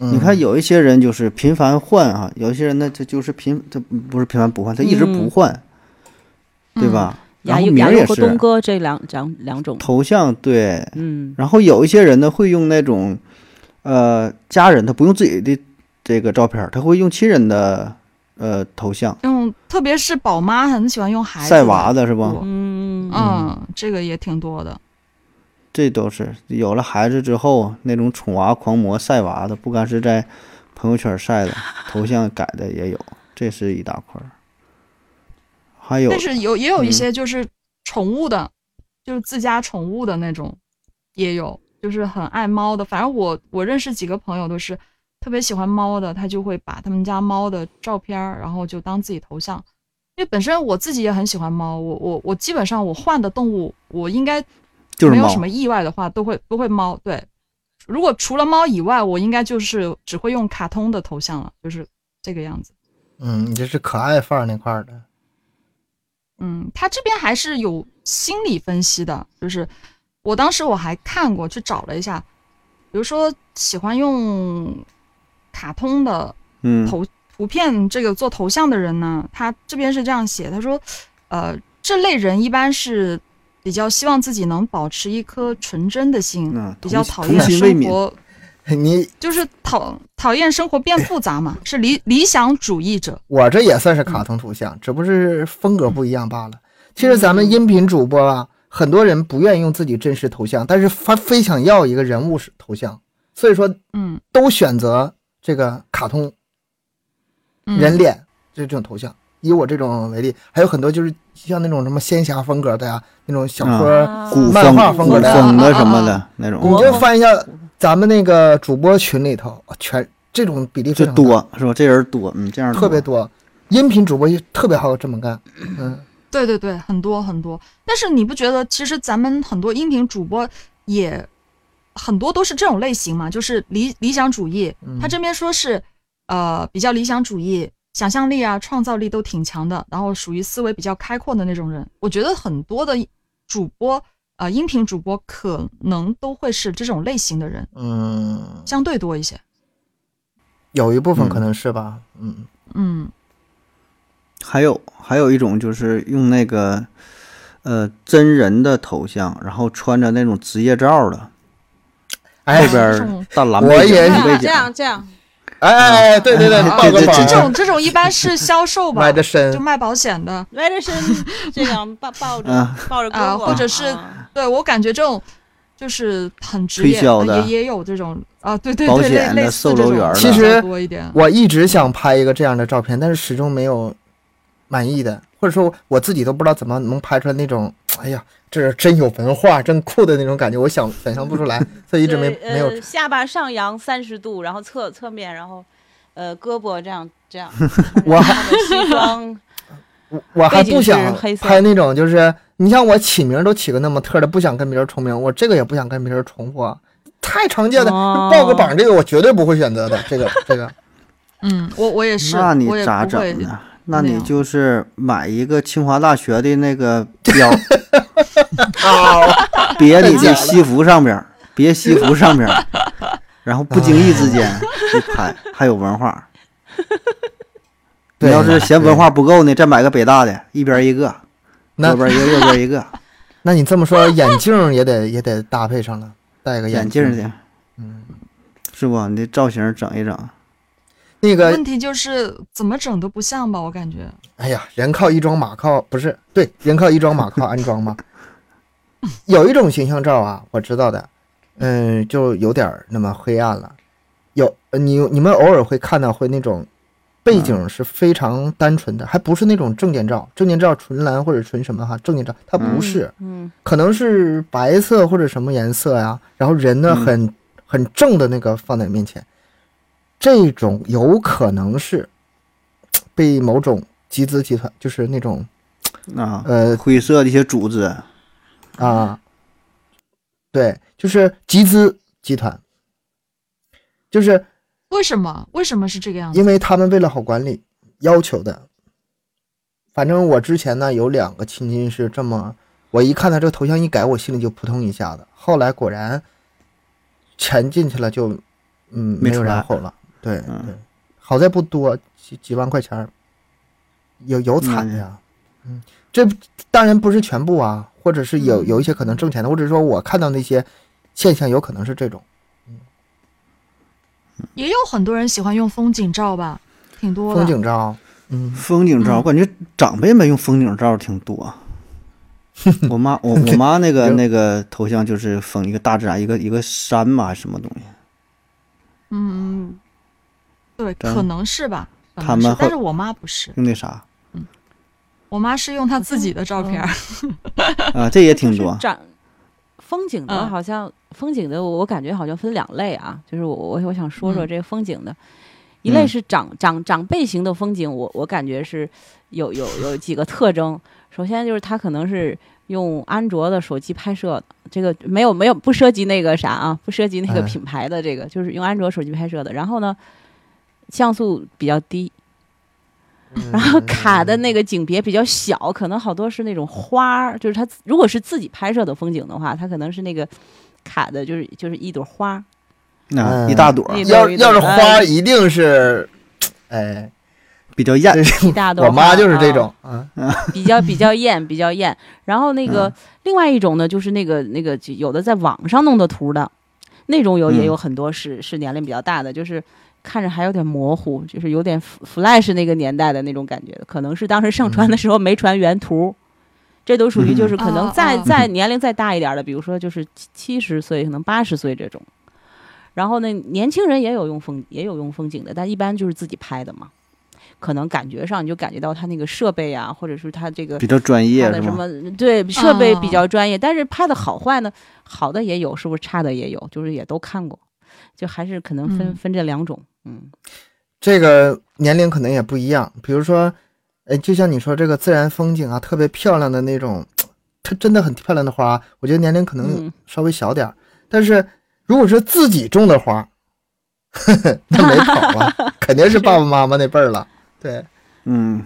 D: 你看，有一些人就是频繁换啊，有一些人呢，他就是频，他不是频繁不
F: 嗯
D: 换，他一直不换，对吧？然
G: 亚
D: 后
G: 优
D: 名
G: 亚
D: 儿
G: 优
D: 也
G: 和东
D: 是
G: 哥这两两两种，
D: 头像，对。
G: 嗯
D: 然后有一些人呢，会用那种，呃，家人，他不用自己的这个照片儿，他会用亲人的呃头像，
F: 用嗯特别是宝妈很喜欢用孩子
D: 晒娃
F: 的
D: 的是吧？
F: 多
G: 嗯
F: 嗯，这个也挺多的。
D: 这都是有了孩子之后啊那种宠娃狂魔晒娃的，不光是在朋友圈晒的，头像改的也有，这是一大块儿。还有
F: 但是有也有一
D: 嗯
F: 些就是宠物的，就是自家宠物的那种，也有，就是很爱猫的。反正我我认识几个朋友都是特别喜欢猫的，他就会把他们家猫的照片儿，然后就当自己头像。因为本身我自己也很喜欢猫，我我我基本上我换的动物，我应该
D: 就是
F: 没有
D: 猫
F: 什，么意外的话，都会都会猫。对，如果除了猫以外，我应该就是只会用卡通的头像了，就是这个样子。
E: 嗯，你这是可爱范儿那块儿的，
F: 嗯，他这边还是有心理分析的，就是我当时我还看过去找了一下，比如说喜欢用卡通的
D: 嗯，
F: 头图片这个做头像的人呢，他这边是这样写，他说，呃，这类人一般是比较希望自己能保持一颗纯真的心，
D: 嗯
F: 比较
D: 童
F: 讨
D: 童
F: 厌
D: 心未
F: 生
D: 泯
F: 活，
E: 你
F: 就是讨讨厌生活变复杂嘛，是理理想主义者。
E: 我这也算是卡通图像，只不过是风格不一样罢了。其实咱们音频主播啊，很多人不愿意用自己真实头像，但是他非想要一个人物头像，所以说
F: 嗯，
E: 都选择这个卡通
F: 嗯
E: 人脸这种头像。以我这种为例，还有很多就是像那种什么仙侠风格的呀、那种小说、
G: 啊
D: 古
E: 漫
D: 风、
E: 画
D: 古
E: 风格的呀、
D: 风的
F: 啊
D: 什么
F: 啊
D: 的那
E: 你
D: 种，
E: 就翻一下咱们那个主播群里头，全这种比例非
D: 这
E: 常大
D: 多是吧？这人多，嗯，这样
E: 特别多。音频主播就特别好这么干，嗯，
F: 对对对，很多很多。但是你不觉得，其实咱们很多音频主播也很多都是这种类型嘛？就是理理想主义，他这边说是呃比较理想主义，想象力啊、创造力都挺强的，然后属于思维比较开阔的那种人。我觉得很多的主播，呃，音频主播可能都会是这种类型的人，
E: 嗯，
F: 相对多一些。
E: 有一部分可能是吧，嗯，
F: 嗯
D: 还有还有一种就是用那个呃真人的头像，然后穿着那种职业照的，
E: 哎
D: 后
F: 这
D: 边儿
F: 种
D: 大蓝
E: 我
D: 背景
E: 也
D: 红
E: 是
D: 背
G: 啊
D: 景，
G: 这样这样，
E: 哎哎，哎对对对，
D: 啊
E: 你报个
D: 对对
E: 榜
D: 对
F: 这种这种一般是销售吧
E: 买，的深
F: 就，卖保险的。
G: 歪着身 这样抱抱着
D: 啊
G: 抱着
F: 啊
G: 胳膊，
F: 或者是
G: 啊
F: 对我感觉这种就是很职业，
D: 推销的
F: 呃也也有这种啊，对对对，
D: 保险的
F: 类类似这
D: 售楼
F: 种
D: 员的
E: 其实
F: 多一点。
E: 我一直想拍一个这样的照片，但是始终没有满意的，或者说我自己都不知道怎么能拍出来那种，哎呀，这是真有文化、真酷的那种感觉，我想想象不出 来，所以一直没
G: 对
E: 没有
G: 呃下巴上扬三十度，然后侧侧面，然后呃胳膊这样 这样，
E: 我
G: 穿着西装，
E: 我我还不想
G: 呃背景是黑色
E: 拍那种，就是你像我起名都起个那么特的，不想跟别人重名，我这个也不想跟别人重复，啊，太常见的，
G: 哦
E: 报个榜这个我绝对不会选择的，这个这 个，
F: 嗯，我我也是，
D: 那
F: 我
D: 你
F: 也
D: 咋
F: 不
D: 整
F: 会
D: 呢？那
F: 那
D: 你
F: 样
D: 就是买一个清华大学的那个 标，别你的西服上边儿，别西服上边儿，然后不经意之
E: 哎
D: 间一拍，还有文 化。你
E: 对
D: 要是嫌文化不够呢，再买个北大的，一边一个，
E: 那
D: 左边一个，右边一 个，
E: 那你这么说，眼镜也得也得搭配上了，戴个
D: 眼
E: 镜
D: 镜儿去，嗯，是不？你这造型整一整，
E: 那个
F: 问题就是怎么整都不像吧，我感觉。
E: 哎呀，人靠衣装，马靠不是对，人靠衣装，马靠鞍装嘛。有一种形象照啊，我知道的，嗯，就有点儿那么黑暗了。有呃你你们偶尔会看到会那种背景是非常单纯的，还不是那种证件照，证件照纯蓝或者纯什么哈，证件照它 不是，
G: 嗯
E: 可能是白色或者什么颜色呀、然后人呢
D: 嗯
E: 很、很正的那个放在你面前，这种有可能是嘖被某种集资集团，就是那种
D: 啊，
E: 呃
D: 灰色的一些组织，
E: 啊，对，就是集资集团，就是
F: 为什么？为什么是这个样子？
E: 因为他们为了好管理要求的。反正我之前呢有两个亲戚是这么我一看他这个头像一改，我心里就扑通一下子。后来果然沉进去了就，嗯，
D: 没
E: 没
D: 出
E: 有
D: 来
E: 然后了。对
D: 嗯
E: 对，好在不多，几几万块钱儿，有有
D: 嗯
E: 惨的呀。嗯，这当然不是全部啊，或者是有
F: 嗯
E: 有一些可能挣钱的，或者说我看到那些现象有可能是这种
F: 也有很多人喜欢用风景照吧，挺多的。
E: 风景照。嗯，
D: 风景照，我感觉长辈们用风景照挺 多。我妈，我我妈那个
E: 有
D: 那个头像就是封一个大自啊然，一个一个山嘛，还是什么东西？
F: 嗯，对，
D: 咱
F: 可能是吧。可
D: 他
F: 能
D: 们
F: 是
D: 会
F: 但是我妈不是，
D: 用那啥
F: 我妈是用她自己的照片儿。
D: 啊，这也挺
G: 就
D: 多
G: 是。长风景的，
F: 嗯
G: 好像、风景的，我我感觉好像分两类啊。就是我我我想说说
F: 嗯
G: 这个风景的，一类
D: 嗯
G: 是长长长辈型的风景，我我感觉是有有有几个特征。首先就是它可能是用安卓的手机拍摄的，这个没有没有不涉及那个啥啊，不涉及那个
E: 哎
G: 品牌的这个，就是用安卓手机拍摄的。然后呢，像素比较低，然
E: 嗯
G: 后卡的那个景别比较小，可能好多是那种花儿，就是他如果是自己拍摄的风景的话，他可能是那个卡的，就是就是一朵花儿，
D: 啊，
E: 嗯
D: 一大朵儿，
G: 那朵
E: 要
G: 一朵
E: 要是
G: 哎
E: 花，一定是，哎，
D: 比较艳。
G: 一大朵花。
E: 我妈就是这
G: 啊
E: 种，啊，
G: 比较比较艳，比较艳。然后那个、另外一种呢，就是那个那个就有的在网上弄的图的，那种有也
D: 嗯
G: 有很多是、是年龄比较大的，就是看着还有点模糊，就是有点 f- Flash 那个年代的那种感觉，可能是当时上传的时候没传原图。这都属于就是可能
F: 嗯
G: 再
F: 哦哦
G: 再年龄再大一点的，比如说就是七十岁，可能八十岁这种。然后呢，年轻人也有用风也有用风景的，但一般就是自己拍的嘛。可能感觉上你就感觉到他那个设备啊，或者是他这个
D: 比较专业
G: 他
D: 是
G: 的什
D: 吗？
G: 么对设备比较专业，但是拍的好坏呢，好的也有，是不是差的也有，就是也都看过，就还是可能分、
F: 嗯
G: 分这两种，嗯
E: 这个年龄可能也不一样。比如说，呃，就像你说这个自然风景啊，特别漂亮的那种，它真的很漂亮的花，我觉得年龄可能
G: 嗯
E: 稍微小点儿。但是如果是自己种的花， 呵呵，那没跑 了，肯定是爸爸妈妈那辈儿了。对，
D: 嗯，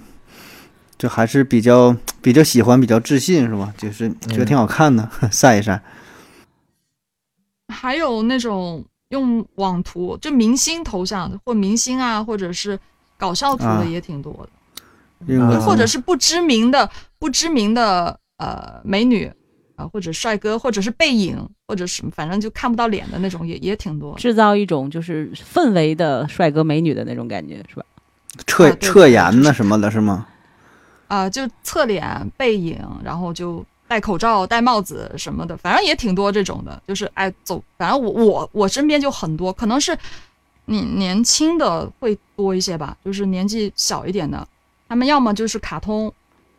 D: 就还是比较比较喜欢，比较自信是吧？就是觉得挺好看的， 晒一晒。
F: 还有那种用网图，就明星头像或明星啊，或者是搞笑图
D: 啊
F: 的也挺多的。
D: 用个
E: 嗯
F: 或者是不知名的、不知名的呃美女啊、或者帅哥，或者是背影，或者是反正就看不到脸的那种也，也挺多。
G: 制造一种就是氛围的帅哥美女的那种感觉，是吧？
D: 撤
F: 啊对
D: 撤颜呐什么的，是吗？
F: 啊、就侧脸、背影，然后就戴口罩、戴帽子什么的，反正也挺多这种的。就是哎，走，反正我我我身边就很多，可能是你年轻的会多一些吧，就是年纪小一点的，他们要么就是卡通，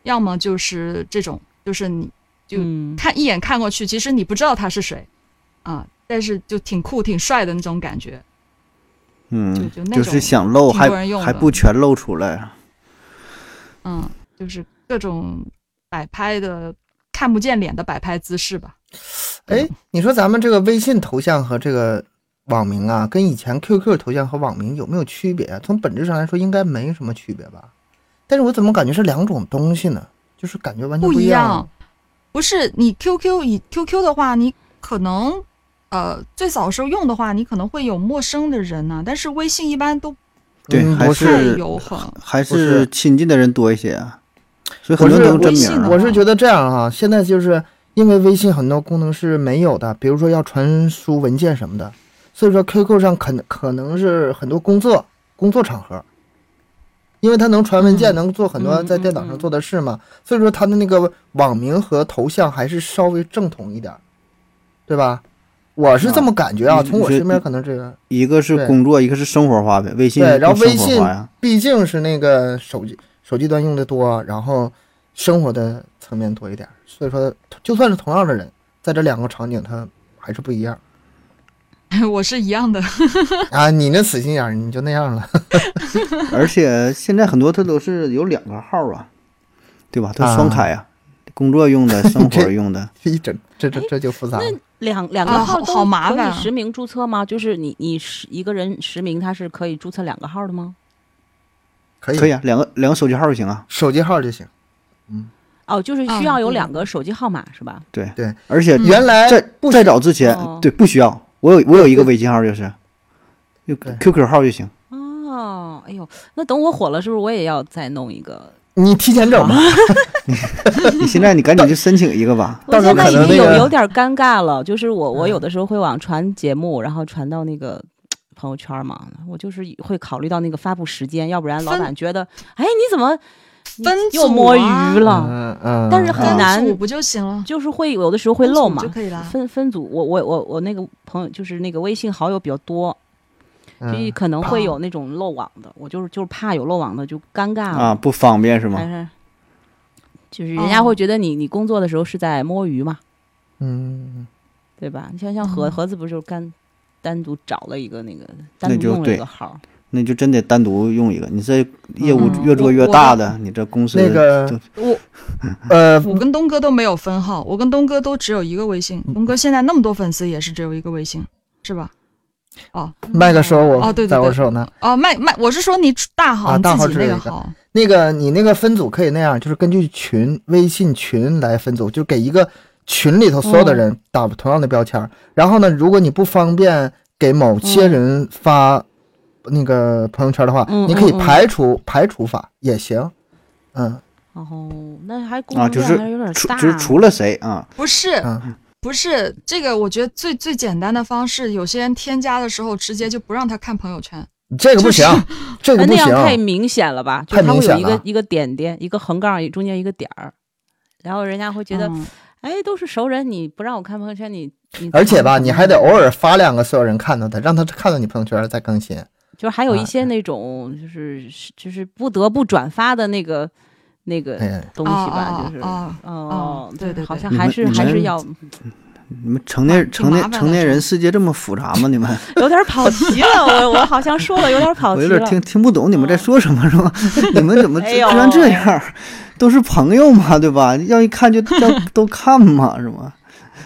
F: 要么就是这种，就是你就
G: 嗯，
F: 看一眼看过去，其实你不知道他是谁，啊，但是就挺酷、挺帅的那种感觉。
D: 嗯，
F: 就就那
D: 就是
F: 种
D: 想露
F: 挺
D: 还
F: 多人用
D: 还
F: 的
D: 不全露出来。
F: 嗯，就是各种摆拍的看不见脸的摆拍姿势吧。
E: 哎，你说咱们这个微信头像和这个网名啊，跟以前 QQ 头像和网名有没有区别啊？从本质上来说，应该没什么区别吧？但是我怎么感觉是两种东西呢？就是感觉完全
F: 不一
E: 一样
F: 样。不是你 QQ 以 QQ 的话，你可能呃最早时候用的话，你可能会有陌生的人呐、但是微信一般都
D: 对
E: 嗯
D: 还
E: 我
F: 不
E: 是
F: 太友好。
D: 还
E: 不是
D: 是亲近的人多一些啊，所以很
E: 我
D: 多人
E: 是
D: 都用真名
F: 微信
D: 儿
F: 的
D: 啊
E: 我是觉得这样哈、现在就是因为微信很多功能是没有的，比如说要传输文件什么的，所以说 QQ 上可能可能是很多工作工作场合，因为它能传文件，
F: 嗯
E: 能做很多
G: 嗯
E: 在电脑上做的事嘛，所以说它的那个网名和头像还是稍微正统一点儿，对吧？我是这么感觉啊，
D: 啊
E: 从我
D: 你是
E: 身边可能这个，
D: 一个是
E: 对
D: 工作，一个是生活化呗。微信
E: 对，然后
D: 更
E: 微
D: 生活
E: 信
D: 化呀，
E: 毕竟是那个手机手机端用的多，然后生活的层面多一点，所以说就算是同样的人，在这两个场景他还是不一样
F: 我是一样的，
E: 啊。你那死心眼儿，你就那样了，
D: 而且现在很多它都是有两个号啊，对吧？它双开啊，工作用的、生活用 的。
E: 一整这这这就复
F: 哎
E: 杂了。
G: 两两个
F: 啊
G: 号
F: 好
G: 都
F: 好麻
G: 可以
F: 烦啊
G: 实名注册吗？就是你你实一个人实名，他是可以注册两个号的吗？
E: 可以，
D: 可以啊，两个两个手机号就行啊。
E: 手机号就行。
G: 哦，就是需
F: 嗯
G: 要有
F: 对
G: 两个手机号码是吧？
D: 对
E: 对，
D: 而且
F: 嗯
E: 原来
D: 在
E: 不
D: 在早之前
G: 哦，
D: 对，不需要。我有我有一个微信号，就是就
E: 对
D: QQ 号就行。
G: 哦，哎呦，那等我火了，是不是我也要再弄一个？。
E: 你提前整吧，
D: 你现在你赶紧就申请一个吧
G: 我
E: 到时候
G: 现在
E: 可
G: 已
E: 能
G: 经
E: 那
G: 有
E: 个
G: 有点尴尬了，就是我我
E: 嗯
G: 有的时候会往传节目，然后传到那个。呃朋友圈嘛，我就是会考虑到那个发布时间，要不然老
F: 分
G: 板觉得，哎，你怎么你
F: 分
G: 又
F: 组
G: 摸
F: 啊
G: 鱼了？
E: 嗯嗯，
G: 但是
E: 嗯
G: 很
F: 分
G: 难
F: 组不就行了？
G: 就是会有的时候会
F: 分
G: 漏
F: 组
G: 嘛
F: 就，可以了。
G: 分分组，我我我我那个朋友就是那个微信好友比较多，所以
E: 嗯
G: 可能会
F: 哦
G: 有那种漏网的，我就是就是怕有漏网的就尴尬了，
D: 啊，不方便是
G: 还
D: 吗？
G: 是就是人家
F: 哦
G: 会觉得你你工作的时候是在摸鱼嘛，
E: 嗯，
G: 对吧？你像像
F: 嗯
G: 盒盒子不就是干单独找了一个那个单
D: 那
G: 独
D: 就
G: 弄了
D: 对
G: 一个号儿，
D: 那就真得单独用一个。你这业务
F: 嗯
D: 越做越大的，你这公司
E: 那个
D: 就
F: 我
E: 呃，
F: 我跟东哥都没有分号，我跟东哥都只有一个微信。东哥现在那么多粉丝也是只有一个微信，是吧？
E: 麦克手我
F: 哦对对
E: 在我
F: 对
E: 手呢。
F: 哦，麦麦，我是说你大号，
E: 啊
F: 你
E: 大号
F: 自己那
E: 只有
F: 个
E: 一个
F: 号。
E: 那个你那个分组可以那样，就是根据群微信群来分组，就给一个群里头所有的
G: 嗯
E: 人打同样的标签儿。然后呢，如果你不方便给某些人发那个朋友圈的话，
G: 嗯
E: 你可以
G: 嗯嗯
E: 排除、排除法也行。嗯，
G: 然后那还工
D: 啊，
G: 作
D: 就
G: 量
D: 是
G: 还有点
D: 除
G: 大，
D: 就是除了谁啊？
F: 不是、
E: 嗯
F: 不是，这个我觉得最最简单的方式，有些人添加的时候直接就不让他看朋友圈。
E: 这个不行， 这
G: 哎
E: 个
G: 那
E: 不
G: 样
E: 行。啊
G: 太明显了吧？就
E: 太
G: 是它
E: 明
G: 会有
E: 显
G: 一个
E: 了
G: 一个点点，一个横杠，中间一个点儿，然后人家会觉得，
F: 嗯
G: 哎，都是熟人，你不让我看朋友圈，你你
E: 而且吧，你还得偶尔发两个所有人看到的，让他看到你朋友圈再更新。
G: 就是还有一
E: 啊
G: 些那种就是就是不得不转发的那个那个
E: 哎，
G: 东西吧，
F: 哦
G: 就是
F: 哦
G: 哦
F: 对对对
G: 好像
D: 你
G: 还
D: 们
G: 是
D: 你
G: 还是
D: 们
G: 要
D: 你们成年
F: 挺
D: 成
F: 麻
D: 年
F: 烦的
D: 成年
F: 这
D: 人
F: 个
D: 世界这么复杂吗？你们
G: 有点跑题了，我我好像说了有点跑
D: 我
G: 题
D: 有点
G: 了，
D: 听听不懂你们在
G: 嗯
D: 说什么，是 吧？你们怎么
G: 哎
D: 居
G: 呦
D: 然这样？都是朋友嘛，对吧？要一看就 要都看嘛，是吗？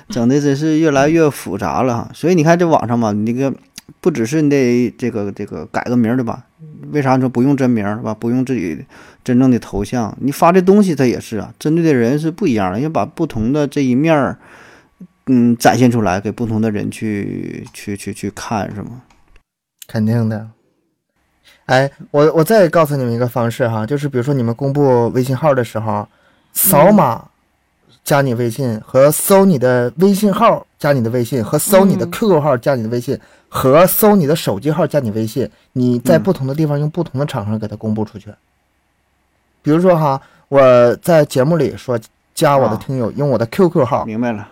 D: 整的真是越来越复杂了哈。所以你看这网上吧，你那个不只是你得这个这个改个名儿对吧？为啥你说不用真名儿是吧？不用自己真正的头像，你发这东西它也是啊，针对的人是不一样的，要把不同的这一面儿，嗯，展现出来给不同的人去去去去看，是吗？
E: 肯定的。哎，我我再告诉你们一个方式哈，就是比如说你们公布微信号的时候，扫码
G: 嗯
E: 加你微信和搜你的微信号加你的微信和搜你的
G: 嗯
E: QQ 号加你的微信和搜你的手机号加你微信，你在
D: 嗯
E: 不同的地方用不同的场合给它公布出去。比如说哈，我在节目里说加我的
D: 啊
E: 听友用我的 QQ 号，
D: 明白了，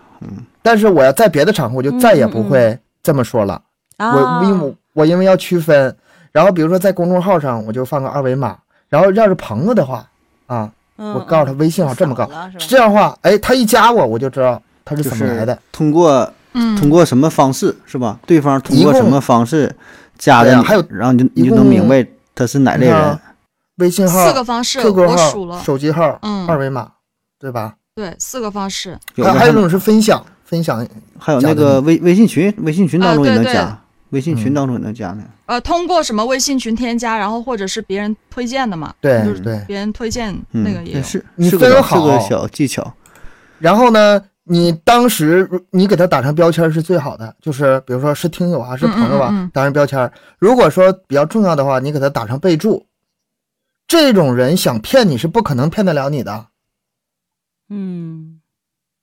E: 但是我要在别的场合我就再也不
G: 嗯嗯嗯
E: 会这么说了。
G: 啊
E: 我因为我我因为要区分，然后比如说在公众号上我就放个二维码，然后要是朋友的话啊，我
F: 嗯
G: 我
E: 告诉他微信号这么告，
G: 嗯了是吧
E: 这样的话，哎，他一加我我就知道他是
D: 就
E: 怎么来
D: 是
E: 的，
D: 通过
F: 嗯，
D: 通过什么方式是吧？对方通过
E: 一共
D: 什么方式加的
E: 对
D: 你，
E: 啊还有
D: 然后你就
E: 一
D: 你就
E: 共
D: 能明白他是哪类
E: 你看
D: 人。
E: 微信号
F: 四、个方式
E: QQ
F: 我数
E: 号、
F: 了，
E: 手机号、
F: 嗯
E: 二维码，对吧？
F: 对，四个方式。
D: 有
E: 啊还
D: 的
E: 还有一
D: 还
E: 种是分享，分享
D: 还有
E: 假
D: 那
E: 的
D: 个微微信群，微信群
F: 啊
D: 当中也
F: 对
D: 能
F: 对
D: 加，微信群
E: 嗯
D: 当中也能加呢。
F: 呃，通过什么微信群添加，然后或者是别人推荐的嘛，
E: 对
F: 就是
E: 对。
F: 别人推荐
D: 嗯，
F: 那个也有。
D: 是
E: 你
D: 是
E: 分
D: 个小是个
E: 好
D: 小技巧。
E: 然后呢，你当时如你给他打上标签是最好的，就是比如说是听友啊，是朋友啊，
F: 嗯嗯嗯
E: 打上标签。如果说比较重要的话，你给他打上备注。这种人想骗你是不可能骗得了你的。
G: 嗯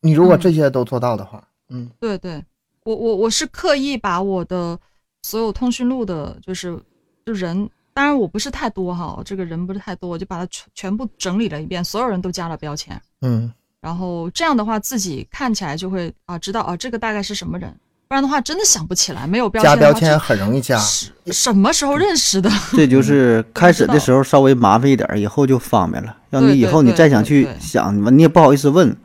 E: 你如果
F: 嗯
E: 这些都做到的话，嗯，
F: 对对，我我我是刻意把我的所有通讯录的，就是就人，当然我不是太多哈，这个人不是太多，我就把它全全部整理了一遍，所有人都加了标签，
E: 嗯，
F: 然后这样的话自己看起来就会啊知道啊这个大概是什么人，不然的话真的想不起来，没有标
E: 加
F: 签的
E: 标
F: 话
E: 签
F: 就
E: 很容易
D: 啊
E: 加。
F: 是什么时候认识的？
D: 这就是开始
F: 知
D: 的
F: 道
D: 时候稍微麻烦一点儿，以后就方便了。让
F: 对
D: 你以
F: 对
D: 后你
F: 对
D: 再想
F: 对
D: 去
F: 对
D: 想，你也不好意思问，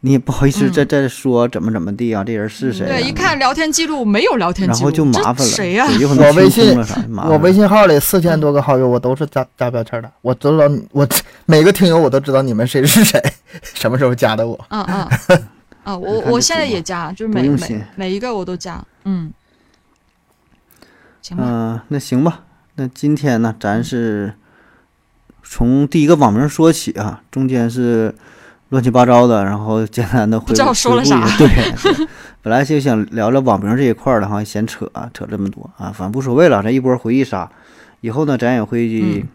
D: 你也不好意思
F: 嗯
D: 再再说怎么怎么地啊，这人是谁啊？
F: 对，一看聊天记录没有聊天
D: 然
F: 记录，
D: 后就
F: 这
D: 麻烦了，
F: 谁呀、
D: 对有可
E: 我
D: 能
E: 微
D: 清空
E: 信
D: 了啥的麻烦了。
E: 我微信号里四千多个好友，我都是加加标签的。我知道 你我每个听友我都知道你们谁是谁， 什么时候加的我。
F: 嗯嗯 啊，我我现在也加，就是
D: 不
F: 每
D: 用
F: 每
D: 心
F: 每一个我都加，嗯，行吧，
D: 嗯、那行吧，那今天呢，咱是从第一个网名说起啊，中间是乱七八糟的，然后简单的回
F: 不知道说了
D: 回顾一下
F: 啥
D: 对，对 本来就想聊聊网名这一块儿的，哈，嫌扯啊，扯这么多啊，反正无所谓了，这一波回忆杀，以后呢，咱也会
F: 嗯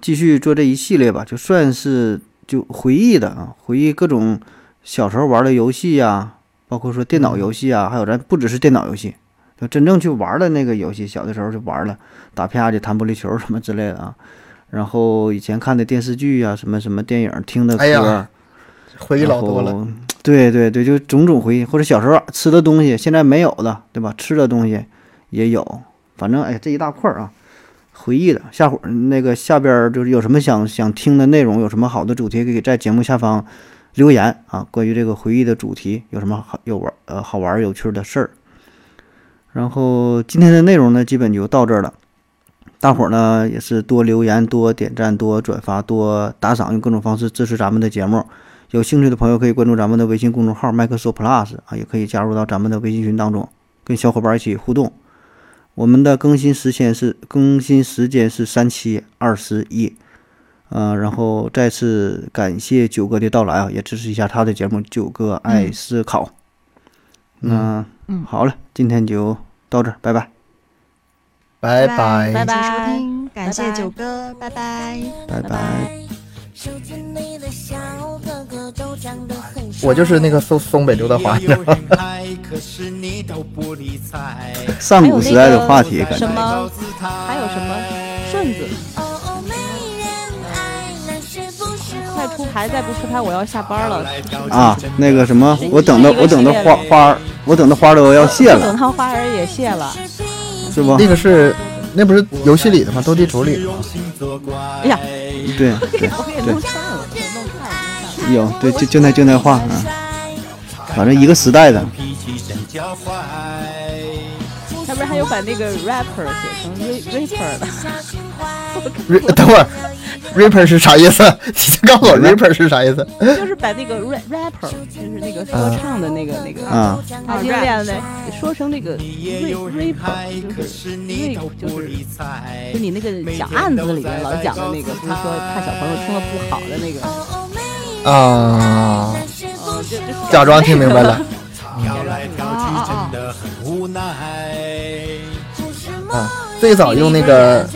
D: 继续做这一系列吧，就算是就回忆的啊，回忆各种小时候玩的游戏呀、包括说电
E: 嗯
D: 脑游戏啊，还有咱不只是电脑游戏，就真正去玩的那个游戏，小的时候就玩了，打啪去、弹玻璃球什么之类的啊。然后以前看的电视剧啊，什么什么电影、听的歌，啊
E: 哎呀回忆
D: 然
E: 老
D: 后
E: 多了。
D: 对对对，就种种回忆，或者小时候吃的东西，现在没有的，对吧？吃的东西也有，反正哎，这一大块儿啊，回忆的。下回那个下边儿就是有什么想想听的内容，有什么好的主题，可以在节目下方留言啊。关于这个回忆的主题，有什么好有玩呃好玩儿有趣儿的事儿。然后今天的内容呢，基本就到这儿了。大伙儿呢也是多留言、多点赞、多转发、多打赏，用各种方式支持咱们的节目。有兴趣的朋友可以关注咱们的微信公众号“麦克说 Plus” 啊，也可以加入到咱们的微信群当中，跟小伙伴一起互动。我们的更新时间是更新时间是三七二十一，呃，然后再次感谢九哥的到来啊，也支持一下他的节目《九哥爱思考》那
F: 嗯
D: 好了，今天就到这儿，拜拜。
E: 拜
F: 拜感
G: 拜
F: 谢收
G: 拜
F: 听，感谢
G: 拜
F: 九哥，拜拜。
D: 拜拜。
B: 手机里的小哥哥都长得很帅。
E: 我就是那个松松北刘德华
C: 你，也有人爱，可是你都不理睬。
D: 上古时代的话题，感
G: 还有
D: 觉
G: 那个什么还有
C: 还
G: 什么顺子？
B: 哦哦，没人爱，那是不是我
G: 快出牌，再不出牌我要下班了。
D: 啊，那个什么，我等的
G: 这
D: 我等的
G: 这
D: 花花儿，我等的花都要谢
G: 等
D: 了，
G: 到花儿也谢了。
B: 是第一
D: 是不？
E: 那个是那不是游戏里的吗？斗地主里的吗。
C: 哎
G: 哎呀
D: 对对
G: 我给弄散了，给弄散了。
D: 有对，就就那就那话啊，嗯反正一个时代的。
C: 脾气真娇坏。
G: 要不然还有把那个 rapper 写成 ra- rapper 的。
E: Ra- 等会儿，rapper 是啥意思？ 你先告诉我 rapper 是啥意思？
G: 就是把那个 rap rapper，就是那个说唱的那个那个，
D: 啊，
G: 他今天的说成那个
C: 你也有
G: rap
C: 人爱，可
G: rapper，就是
C: 是你都
G: rap 就
C: 不
G: 是
C: 理。睬。
G: 就你那个讲案子里面老讲的那个，不是说怕小朋友听了不好的那个，
E: 啊，
G: 嗯，就就
E: 假装听明白了。
C: 挑来挑去真的很无奈。
E: 啊，最早用那个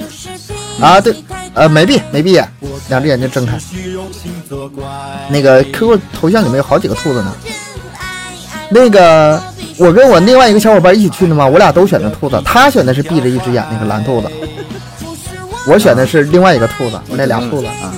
E: 啊，对，呃，没闭，没闭眼，两只眼睛睁开。
C: 虚荣心作怪。
E: 那个 QQ 头像里面有好几个兔子呢。那个，我跟我另外一个小伙伴一起去的嘛，我俩都选的兔子，他选的是闭着一只眼那个蓝兔子，我选的是另外一个兔子，我那俩兔子。
D: 啊，